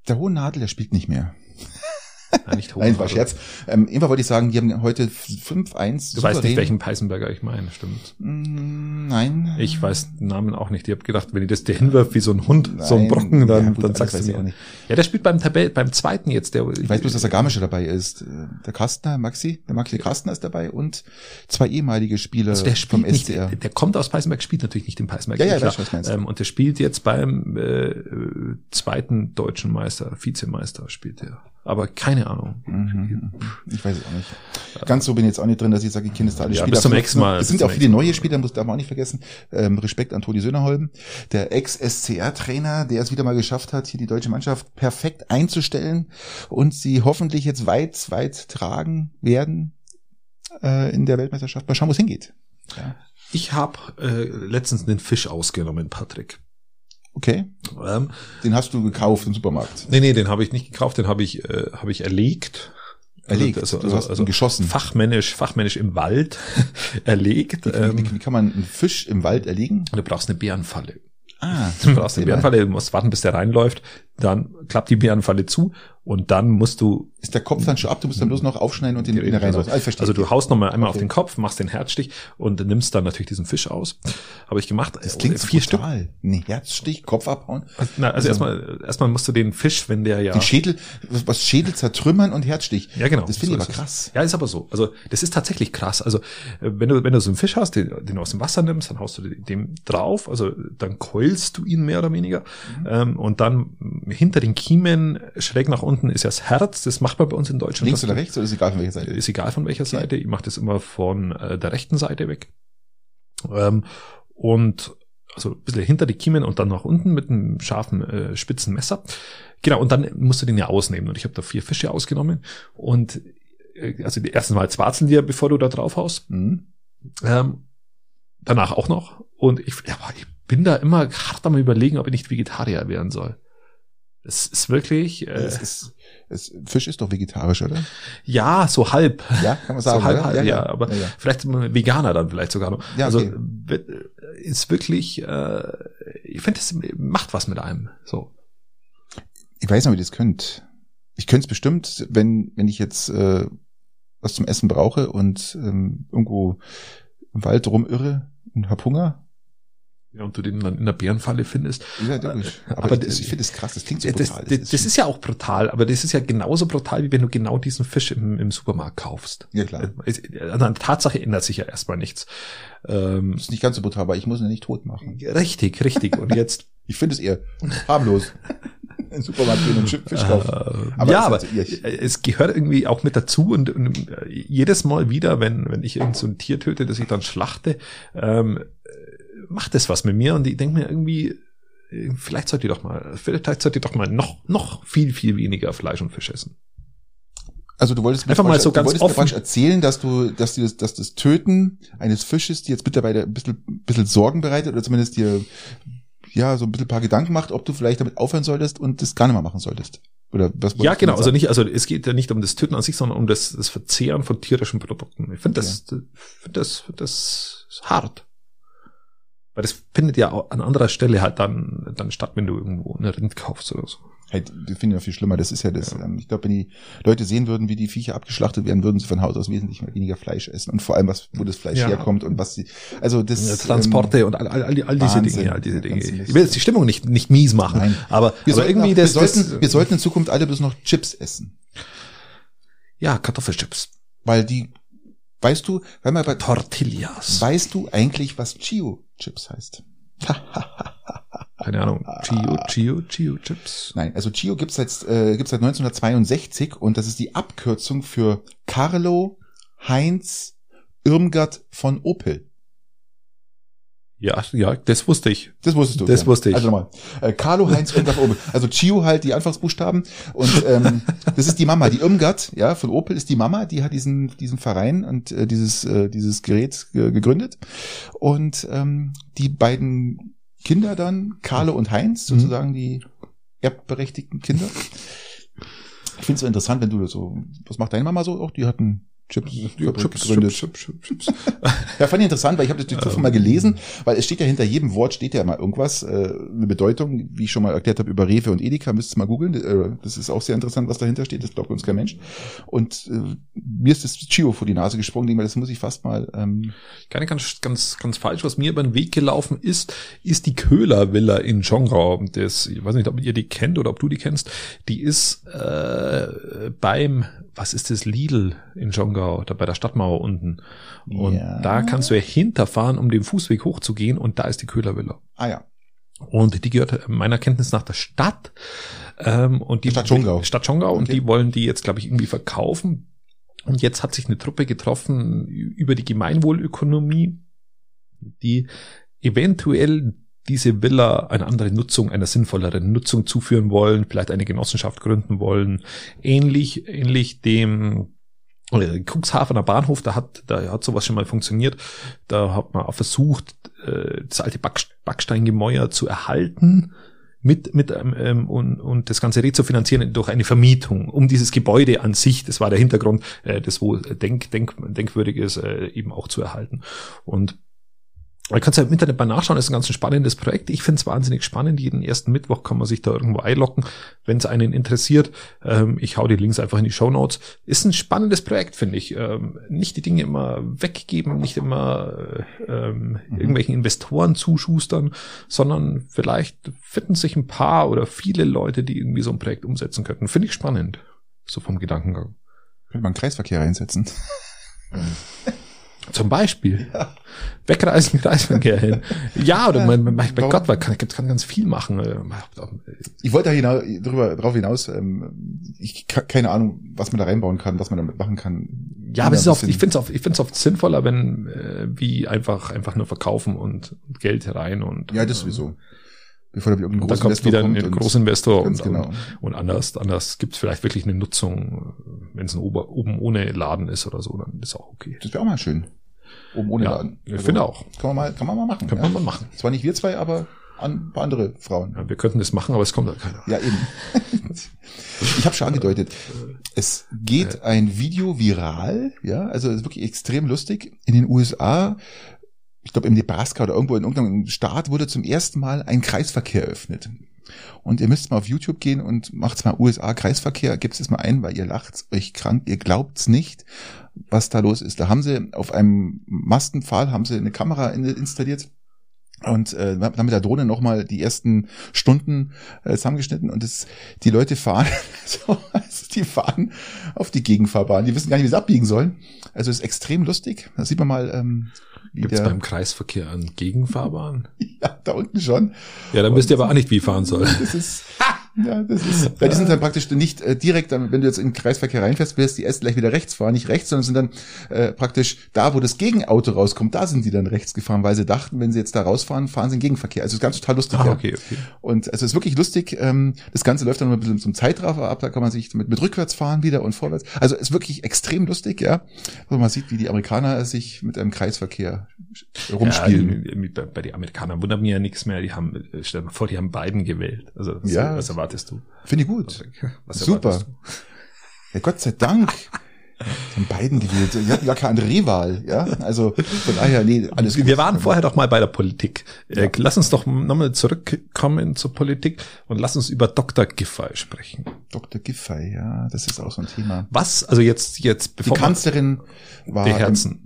Speaker 2: Der hohe Nadel, der spielt nicht mehr.
Speaker 1: Nein, nicht
Speaker 2: Nein, war
Speaker 1: Hohenhauser.
Speaker 2: Scherz. Ähm, immer wollte ich sagen, die haben heute 5-1
Speaker 1: Du weißt
Speaker 2: souverän-
Speaker 1: nicht, welchen Peißenberger ich meine, stimmt.
Speaker 2: Mm, Nein.
Speaker 1: Ich weiß den Namen auch nicht. Ich habe gedacht, wenn ich das dir hinwirf wie so ein Hund, so ein
Speaker 2: Nein.
Speaker 1: Brocken, dann,
Speaker 2: Ja, gut,
Speaker 1: dann
Speaker 2: alles
Speaker 1: sagst
Speaker 2: weiß
Speaker 1: du
Speaker 2: ich
Speaker 1: mir.
Speaker 2: auch nicht.
Speaker 1: Ja, der spielt beim Tabell, beim zweiten jetzt. Der,
Speaker 2: Ich weiß bloß, dass der Garmischer dabei ist. Äh, Der Kastner, Maxi, der Maxi Kastner ist dabei und zwei ehemalige Spieler
Speaker 1: also der
Speaker 2: äh, vom
Speaker 1: spielt nicht,
Speaker 2: SDR.
Speaker 1: der kommt aus Peißenberg, spielt natürlich nicht im Peißenberg.
Speaker 2: Ja, ja, ich
Speaker 1: klar.
Speaker 2: weiß, was du meinst.
Speaker 1: ähm, und der spielt jetzt beim äh, äh, zweiten deutschen Meister, Vizemeister spielt er. Aber keine Ahnung.
Speaker 2: Mhm. Ich weiß es auch nicht. Ganz so bin ich jetzt auch nicht drin, dass ich sage, ich kenne jetzt da alle
Speaker 1: Ja,
Speaker 2: Spieler. ne?
Speaker 1: bis zum nächsten Mal.
Speaker 2: Es
Speaker 1: Bis
Speaker 2: sind
Speaker 1: zum
Speaker 2: auch viele
Speaker 1: nächsten Mal.
Speaker 2: neue Spieler, muss darf man auch nicht vergessen. Ähm, Respekt an Toni Söderholm, der Ex-SCR-Trainer, der es wieder mal geschafft hat, hier die deutsche Mannschaft perfekt einzustellen und sie hoffentlich jetzt weit, weit tragen werden äh, in der Weltmeisterschaft. Mal schauen, wo es hingeht. Ja.
Speaker 1: Ich habe äh, letztens den Fisch ausgenommen, Patrick.
Speaker 2: Okay,
Speaker 1: Ähm,
Speaker 2: den hast du gekauft im Supermarkt.
Speaker 1: Nee, nee, den habe ich nicht gekauft, den habe ich, äh, habe ich erlegt.
Speaker 2: Erlegt,
Speaker 1: Also,
Speaker 2: du
Speaker 1: also,
Speaker 2: hast ihn
Speaker 1: also
Speaker 2: geschossen.
Speaker 1: fachmännisch, fachmännisch im Wald erlegt.
Speaker 2: Wie,
Speaker 1: Ähm,
Speaker 2: wie, wie kann man einen Fisch im Wald erlegen?
Speaker 1: du brauchst eine Bärenfalle.
Speaker 2: Ah,
Speaker 1: Du brauchst eine Bärenfalle, du musst warten, bis der reinläuft, dann klappt die Bärenfalle zu und dann musst du
Speaker 2: ist der Kopf dann schon ab, du musst dann bloß noch aufschneiden und den
Speaker 1: Gerät.
Speaker 2: wieder rein.
Speaker 1: Also, also du haust nochmal einmal auf
Speaker 2: Okay.
Speaker 1: den Kopf, machst den Herzstich und nimmst dann natürlich diesen Fisch aus. Habe ich gemacht. Äh,
Speaker 2: Das klingt so
Speaker 1: vier Stück.
Speaker 2: brutal. Nee, Herzstich, Kopf abhauen,
Speaker 1: Na, also, erstmal, erstmal musst du den Fisch, wenn der ja.
Speaker 2: den Schädel, was was Schädel zertrümmern und Herzstich.
Speaker 1: Ja, genau.
Speaker 2: Das finde
Speaker 1: So ist
Speaker 2: ich aber
Speaker 1: es.
Speaker 2: krass.
Speaker 1: Ja, ist aber so. Also, das ist tatsächlich krass. Also, äh, wenn du, wenn du so einen Fisch hast, den, den du aus dem Wasser nimmst, dann haust du den- dem drauf, also, dann keulst du ihn mehr oder weniger.
Speaker 2: Mhm.
Speaker 1: Ähm, und dann mh, hinter den Kiemen, schräg nach unten, ist ja das Herz. Das macht man bei uns in Deutschland.
Speaker 2: Links
Speaker 1: Das-
Speaker 2: oder rechts, oder ist egal von welcher Seite.
Speaker 1: Äh, Ist egal von welcher
Speaker 2: Okay.
Speaker 1: Seite. Ich mache das immer von äh, der rechten Seite weg. Ähm, und also ein bisschen hinter die Kiemen und dann nach unten mit einem scharfen, äh, spitzen Messer. Genau, und dann musst du den ja ausnehmen. Und ich habe da vier Fische ausgenommen. Und äh, also die ersten Mal zwarzeln dir, bevor du da drauf haust.
Speaker 2: Mhm.
Speaker 1: Ähm, danach auch noch. Und ich, ja, boah, ich bin da immer hart am überlegen, ob ich nicht Vegetarier werden soll. Es ist wirklich, äh,
Speaker 2: Es ist, es, Fisch ist doch vegetarisch, oder?
Speaker 1: ja, so halb.
Speaker 2: Ja, kann man
Speaker 1: So
Speaker 2: sagen.
Speaker 1: halb,
Speaker 2: oder?
Speaker 1: halb, ja, aber-
Speaker 2: ja,
Speaker 1: Vielleicht mal Veganer dann vielleicht sogar noch.
Speaker 2: Ja,
Speaker 1: also
Speaker 2: okay.
Speaker 1: we- ist wirklich, äh, ich finde, das macht was mit einem. So.
Speaker 2: Ich weiß nicht, ob ihr das könnt. Ich könnte es bestimmt, wenn, wenn ich jetzt äh, was zum Essen brauche und ähm, irgendwo im Wald rumirre und hab Hunger.
Speaker 1: Ja, und du den dann in der Bärenfalle findest.
Speaker 2: Ja, logisch. Aber,
Speaker 1: aber
Speaker 2: das,
Speaker 1: das-
Speaker 2: ich finde das krass, das klingt so
Speaker 1: Das,
Speaker 2: brutal.
Speaker 1: das, das ist ja auch brutal, aber das ist ja genauso brutal, wie wenn du genau diesen Fisch im, im Supermarkt kaufst.
Speaker 2: ja klar.
Speaker 1: Es- An der Tatsache ändert sich ja erstmal nichts. Ähm,
Speaker 2: Das ist nicht ganz so brutal, aber ich muss ihn ja nicht tot machen.
Speaker 1: richtig, richtig. Und jetzt.
Speaker 2: Ich finde es eher harmlos. Ein Supermarkt gehen und Schiff- Fisch kaufen.
Speaker 1: äh,
Speaker 2: Aber
Speaker 1: ja,
Speaker 2: das
Speaker 1: aber
Speaker 2: ist also ihr.
Speaker 1: es gehört irgendwie auch mit dazu und, und äh, jedes Mal wieder, wenn, wenn ich irgend so ein Tier töte, das ich dann schlachte, ähm, äh, macht das was mit mir und ich denke mir irgendwie, äh, vielleicht sollt ihr doch mal, vielleicht sollt ihr doch mal noch, noch viel, viel weniger Fleisch und Fisch essen.
Speaker 2: Also du wolltest
Speaker 1: Einfach mal
Speaker 2: praktisch-
Speaker 1: so ganz
Speaker 2: du wolltest mir
Speaker 1: offen-
Speaker 2: praktisch erzählen, dass du, dass dir das, dass das Töten eines Fisches dir jetzt mittlerweile ein bisschen, ein bisschen Sorgen bereitet oder zumindest dir ja so ein bisschen ein paar Gedanken macht, ob du vielleicht damit aufhören solltest und das gar nicht mehr machen solltest. Oder was wolltest
Speaker 1: Ja,
Speaker 2: du
Speaker 1: genau.
Speaker 2: damit
Speaker 1: Also
Speaker 2: sagen?
Speaker 1: nicht, also es geht ja nicht um das Töten an sich, sondern um das, das Verzehren von tierischen Produkten. Ich finde das, find das, find das hart. Weil das findet ja auch an anderer Stelle halt dann, dann statt, wenn du irgendwo einen Rind kaufst oder so.
Speaker 2: Halt, wir finden ja viel schlimmer, das ist ja das.
Speaker 1: Ja.
Speaker 2: ähm, Ich glaube, wenn die Leute sehen würden, wie die Viecher abgeschlachtet werden, würden sie von Haus aus wesentlich mehr- weniger Fleisch essen und vor allem, was, wo das Fleisch
Speaker 1: Ja.
Speaker 2: herkommt und was sie, also das.
Speaker 1: Ja,
Speaker 2: ähm,
Speaker 1: Transporte und all, all, all, all diese
Speaker 2: Wahnsinn.
Speaker 1: Dinge, all diese Dinge.
Speaker 2: Ganz Mist.
Speaker 1: Ich will jetzt die Stimmung nicht, nicht mies machen,
Speaker 2: Nein. genau,
Speaker 1: aber,
Speaker 2: Wir,
Speaker 1: aber
Speaker 2: sollten,
Speaker 1: irgendwie
Speaker 2: auch,
Speaker 1: das,
Speaker 2: wir, sollten,
Speaker 1: das
Speaker 2: wir sollten in Zukunft alle bloß noch Chips essen.
Speaker 1: ja, Kartoffelchips,
Speaker 2: Weil die, weißt du, weil man bei,
Speaker 1: Tortillas,
Speaker 2: weißt du eigentlich, was Chio-Chips heißt?
Speaker 1: keine Ahnung, Chio, Chio, Chio Chips.
Speaker 2: Nein, also Chio gibt's seit, äh, gibt's seit 1962 und das ist die Abkürzung für Carlo Heinz Irmgard von Opel.
Speaker 1: Ja, ja, das wusste ich.
Speaker 2: Das wusstest du.
Speaker 1: Das
Speaker 2: ja.
Speaker 1: wusste ich.
Speaker 2: Also nochmal. Äh, Carlo Heinz Irmgard von Opel. Also Chio halt die Anfangsbuchstaben. Und ähm, das ist die Mama. Die Irmgard ja, von Opel ist die Mama, die hat diesen, diesen Verein und äh, dieses, äh, dieses Gerät ge gegründet. Und ähm, die beiden Kinder dann, Carlo und Heinz,
Speaker 1: Mhm.
Speaker 2: sozusagen die erbberechtigten Kinder. Ich finde es so interessant, wenn du das so. Was macht deine Mama so? Auch die hatten Chips, Fabrik gegründet.
Speaker 1: Chips, Chips, Chips.
Speaker 2: Ja, fand ich interessant, weil ich habe das zuvor mal
Speaker 1: Ähm.
Speaker 2: gelesen, weil es steht ja hinter jedem Wort steht ja immer irgendwas, äh, eine Bedeutung, wie ich schon mal erklärt habe über Rewe und Edeka, müsst ihr mal googeln, äh, das ist auch sehr interessant, was dahinter steht, das glaubt uns kein Mensch. Und äh, mir ist das Chio vor die Nase gesprungen, denk mal, das muss ich fast mal, ähm,
Speaker 1: Keine ganz, ganz, ganz falsch. Was mir über den Weg gelaufen ist, ist die Köhler-Villa in Schongau. Das, ich weiß nicht, ob ihr die kennt oder ob du die kennst. Die ist äh, beim, was ist das, Lidl in Schongau, da bei der Stadtmauer unten. Und
Speaker 2: Ja.
Speaker 1: da kannst du ja hinterfahren, um den Fußweg hochzugehen und da ist die Köhler-Villa.
Speaker 2: ah ja,
Speaker 1: Und die gehört meiner Kenntnis nach der Stadt. Ähm, und die
Speaker 2: Stadt Schongau.
Speaker 1: Stadt Schongau. Und
Speaker 2: Okay.
Speaker 1: die wollen die jetzt, glaube ich, irgendwie verkaufen. Und jetzt hat sich eine Truppe getroffen ü- über die Gemeinwohlökonomie, die eventuell diese Villa eine andere Nutzung, einer sinnvolleren Nutzung zuführen wollen, vielleicht eine Genossenschaft gründen wollen, ähnlich, ähnlich dem äh, Cuxhavener Bahnhof, da hat, da hat sowas schon mal funktioniert. Da hat man auch versucht, äh, das alte Back, Backsteingemäuer zu erhalten mit, mit einem, ähm, und, und das Ganze rezufinanzieren durch eine Vermietung, um dieses Gebäude an sich, das war der Hintergrund, äh, das wo denk, denk, denkwürdig ist, äh, eben auch zu erhalten. Und man kann es ja im Internet mal nachschauen, das ist ein ganz spannendes Projekt. Ich finde es wahnsinnig spannend. Jeden ersten Mittwoch kann man sich da irgendwo einloggen, wenn es einen interessiert. Ähm, ich hau die Links einfach in die Show Notes. Ist ein spannendes Projekt, finde ich. Ähm, nicht die Dinge immer weggeben, nicht immer äh, ähm,
Speaker 2: Mhm.
Speaker 1: irgendwelchen Investoren zuschustern, sondern vielleicht finden sich ein paar oder viele Leute, die irgendwie so ein Projekt umsetzen könnten. Finde ich spannend. So vom Gedankengang.
Speaker 2: könnte man einen Kreisverkehr einsetzen.
Speaker 1: Zum Beispiel. Wegreißen, Kreisverkehr hin. Ja, oder
Speaker 2: Ja,
Speaker 1: mein, mein, mein
Speaker 2: warum-
Speaker 1: Gott, man kann, kann ganz viel machen. Äh,
Speaker 2: Ich wollte da hinaus, drüber, drauf hinaus, ähm, ich ke- keine Ahnung, was man da reinbauen kann, was man damit machen kann.
Speaker 1: Ja, aber es ist
Speaker 2: ein
Speaker 1: oft, ich
Speaker 2: bisschen-
Speaker 1: finde es oft, ich find's oft sinnvoller, wenn äh, wie einfach einfach nur verkaufen und, und Geld rein und
Speaker 2: Ja, das
Speaker 1: ähm,
Speaker 2: sowieso. Bevor da wieder irgendein
Speaker 1: Und dann kommt wieder ein Großinvestor
Speaker 2: ganz
Speaker 1: und,
Speaker 2: genau.
Speaker 1: und, und anders, anders gibt es vielleicht wirklich äh, eine Nutzung, wenn es ein Ober, oben ohne Laden ist oder so, dann ist auch okay.
Speaker 2: Das wäre auch mal schön. oben ohne
Speaker 1: Ja,
Speaker 2: Laden. Also,
Speaker 1: ich finde auch.
Speaker 2: Kann man mal, kann man mal machen.
Speaker 1: Könnte
Speaker 2: ja.
Speaker 1: man mal machen.
Speaker 2: Zwar nicht wir zwei, aber an, ein paar andere Frauen.
Speaker 1: Ja, wir könnten das machen, aber es kommt halt keiner.
Speaker 2: Ja, eben. ich habe schon angedeutet. Es geht ein Video viral, ja, also es ist wirklich extrem lustig. In den USA, ich glaube in Nebraska oder irgendwo in irgendeinem Staat wurde zum ersten Mal ein Kreisverkehr eröffnet. Und ihr müsst mal auf YouTube gehen und macht's mal USA Kreisverkehr, gibt's es mal ein, weil ihr lacht euch krank, ihr glaubt's nicht, was da los ist. Da haben sie auf einem Mastenpfahl haben sie eine Kamera in, installiert und äh, haben mit der Drohne nochmal die ersten Stunden äh, zusammengeschnitten und das, die Leute fahren, so, also die fahren auf die Gegenfahrbahn. Die wissen gar nicht, wie sie abbiegen sollen. Also ist extrem lustig. Da sieht man mal, ähm, wie
Speaker 1: Gibt es
Speaker 2: der,
Speaker 1: beim Kreisverkehr einen Gegenfahrbahn?
Speaker 2: ja, da unten schon.
Speaker 1: Ja, dann wisst ihr aber auch nicht, wie ich fahren soll.
Speaker 2: Das ist, ja, das ist, weil die sind dann praktisch nicht äh, direkt, dann, wenn du jetzt in den Kreisverkehr reinfährst, wirst du die erst gleich wieder rechts fahren, nicht rechts, sondern sind dann äh, praktisch da, wo das Gegenauto rauskommt, da sind die dann rechts gefahren, weil sie dachten, wenn sie jetzt da rausfahren, fahren sie in den Gegenverkehr. Also ist ganz total lustig.
Speaker 1: Ah,
Speaker 2: ja.
Speaker 1: okay, okay.
Speaker 2: Und also ist wirklich lustig. Ähm, das Ganze läuft dann noch ein bisschen zum Zeitraffer ab, da kann man sich mit, mit rückwärts fahren wieder und vorwärts. Also ist wirklich extrem lustig, ja. Also man sieht, wie die Amerikaner sich mit einem Kreisverkehr rumspielen.
Speaker 1: Ja, mit- bei, bei den Amerikanern wundert mir ja nichts mehr. Die haben, äh, stell dir mal vor, die haben Biden gewählt. Also was,
Speaker 2: Ja.
Speaker 1: was erwartest du?
Speaker 2: Finde ich gut.
Speaker 1: Was, was
Speaker 2: Super.
Speaker 1: erwartest du?
Speaker 2: Ja, Gott sei Dank. Von beiden gewählt. Wir hatten gar keine andere Wahl, ja. Also von daher, nee, alles
Speaker 1: Wir waren vorher doch mal bei der Politik. Äh, Lass uns doch nochmal zurückkommen zur Politik und lass uns über Dr. Giffey sprechen.
Speaker 2: Dr. Giffey, ja, das ist auch so ein Thema.
Speaker 1: Was, also jetzt, jetzt,
Speaker 2: Die
Speaker 1: bevor man-
Speaker 2: Kanzlerin war,
Speaker 1: die Herzen.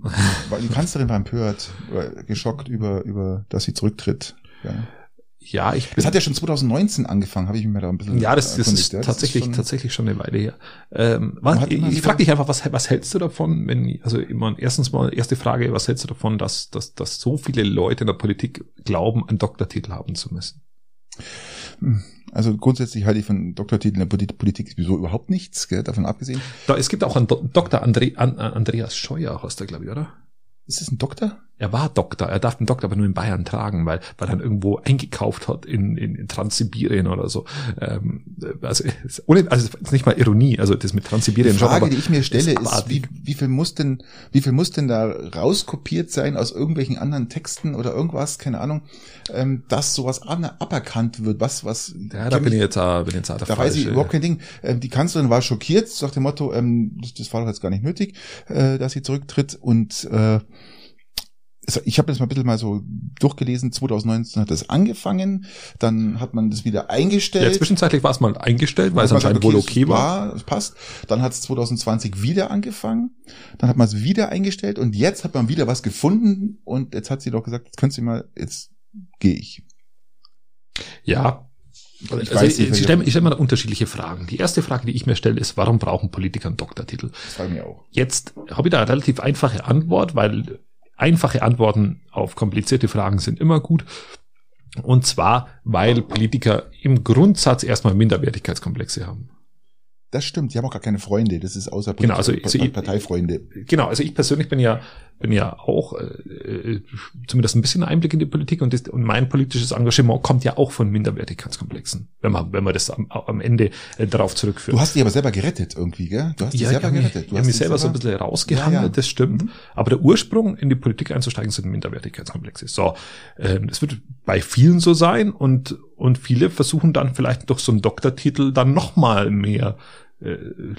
Speaker 2: war die Kanzlerin war empört, oder geschockt über, über, dass sie zurücktritt. Ja.
Speaker 1: Ja, ich bin,
Speaker 2: Das hat ja schon 2019 angefangen, habe ich mich mal da ein bisschen
Speaker 1: ja, das, das
Speaker 2: erkundigt,
Speaker 1: ist
Speaker 2: ja. Äh, Das
Speaker 1: tatsächlich,
Speaker 2: schon-
Speaker 1: tatsächlich schon eine Weile her. Ähm, was,
Speaker 2: hat
Speaker 1: ich
Speaker 2: immer
Speaker 1: ich
Speaker 2: wieder-
Speaker 1: frage dich einfach, was, was hältst du davon, wenn, also immer, erstens mal, erste Frage, was hältst du davon, dass, dass, dass so viele Leute in der Politik glauben, einen Doktortitel haben zu müssen?
Speaker 2: Also grundsätzlich halte ich von Doktortiteln in der Polit- Politik sowieso überhaupt nichts, gell, davon abgesehen.
Speaker 1: Da, es gibt auch einen Do Dr. Andre, an, an- Andreas Scheuer, heißt der, glaube ich, oder?
Speaker 2: Ist das ein Doktor?
Speaker 1: Er war Doktor, er darf den Doktor aber nur in Bayern tragen, weil, weil er ihn irgendwo eingekauft hat in, in, in Transsibirien oder so. Ähm, also, es- ohne, also es ist nicht mal Ironie, also das mit
Speaker 2: Die
Speaker 1: Transsibirien. schon,
Speaker 2: Frage,
Speaker 1: aber-
Speaker 2: die ich mir stelle,
Speaker 1: ist
Speaker 2: ist, wie,
Speaker 1: abartig.
Speaker 2: wie viel muss denn, wie viel muss denn da rauskopiert sein aus irgendwelchen anderen Texten oder irgendwas, keine Ahnung, ähm, dass sowas an, aberkannt wird, was, was,
Speaker 1: ja, da bin ich jetzt, äh, bin jetzt auch der
Speaker 2: da weiß ich
Speaker 1: Falsche.
Speaker 2: überhaupt kein Ding. Ähm, die Kanzlerin war schockiert, so nach dem Motto, ähm, das, das war doch jetzt gar nicht nötig, äh, dass sie zurücktritt. Und äh, es- ich habe das mal ein bisschen mal so durchgelesen, 2019 hat das angefangen, dann hat man das wieder
Speaker 1: Ja,
Speaker 2: eingestellt.
Speaker 1: zwischenzeitlich war es mal eingestellt, weil es
Speaker 2: Hat man
Speaker 1: anscheinend wohl
Speaker 2: gesagt,
Speaker 1: okay
Speaker 2: es
Speaker 1: war.
Speaker 2: Es passt. Dann hat es 2020 wieder angefangen. Dann hat man es wieder eingestellt und jetzt hat man wieder was gefunden und jetzt hat sie doch gesagt, jetzt könnt ihr mal, jetzt gehe ich.
Speaker 1: Ja.
Speaker 2: Also
Speaker 1: Ich,
Speaker 2: ich
Speaker 1: also,
Speaker 2: weiß nicht,
Speaker 1: ich
Speaker 2: welche-
Speaker 1: stelle ich stell mir da unterschiedliche Fragen. Die erste Frage, die ich mir stelle, ist, warum brauchen Politiker einen Doktortitel?
Speaker 2: Das frage ich mich auch.
Speaker 1: Jetzt habe ich da eine relativ einfache Antwort, weil einfache Antworten auf komplizierte Fragen sind immer gut. Und zwar, weil Politiker im Grundsatz erstmal Minderwertigkeitskomplexe haben.
Speaker 2: Das stimmt, die haben auch gar keine Freunde. Das ist außer
Speaker 1: Genau, also
Speaker 2: Polit-
Speaker 1: ich- ich-
Speaker 2: Parteifreunde.
Speaker 1: Genau, also ich persönlich bin ja, bin ja auch äh, äh, zumindest ein bisschen Einblick in die Politik und, das, und mein politisches Engagement kommt ja auch von Minderwertigkeitskomplexen, wenn man, wenn man das am, am Ende äh, darauf zurückführt.
Speaker 2: Du hast dich aber selber gerettet irgendwie, gell? Du hast dich
Speaker 1: ja, ich
Speaker 2: selber
Speaker 1: habe mich,
Speaker 2: gerettet.
Speaker 1: ich
Speaker 2: Du
Speaker 1: hab
Speaker 2: hast
Speaker 1: mich
Speaker 2: dich
Speaker 1: selber so ein bisschen rausgehandelt,
Speaker 2: Ja, ja.
Speaker 1: das stimmt.
Speaker 2: Mhm.
Speaker 1: Aber der Ursprung, in die Politik einzusteigen, sind Minderwertigkeitskomplexe. So, ähm, das wird bei vielen so sein und, und viele versuchen dann vielleicht durch so einen Doktortitel dann nochmal mehr äh,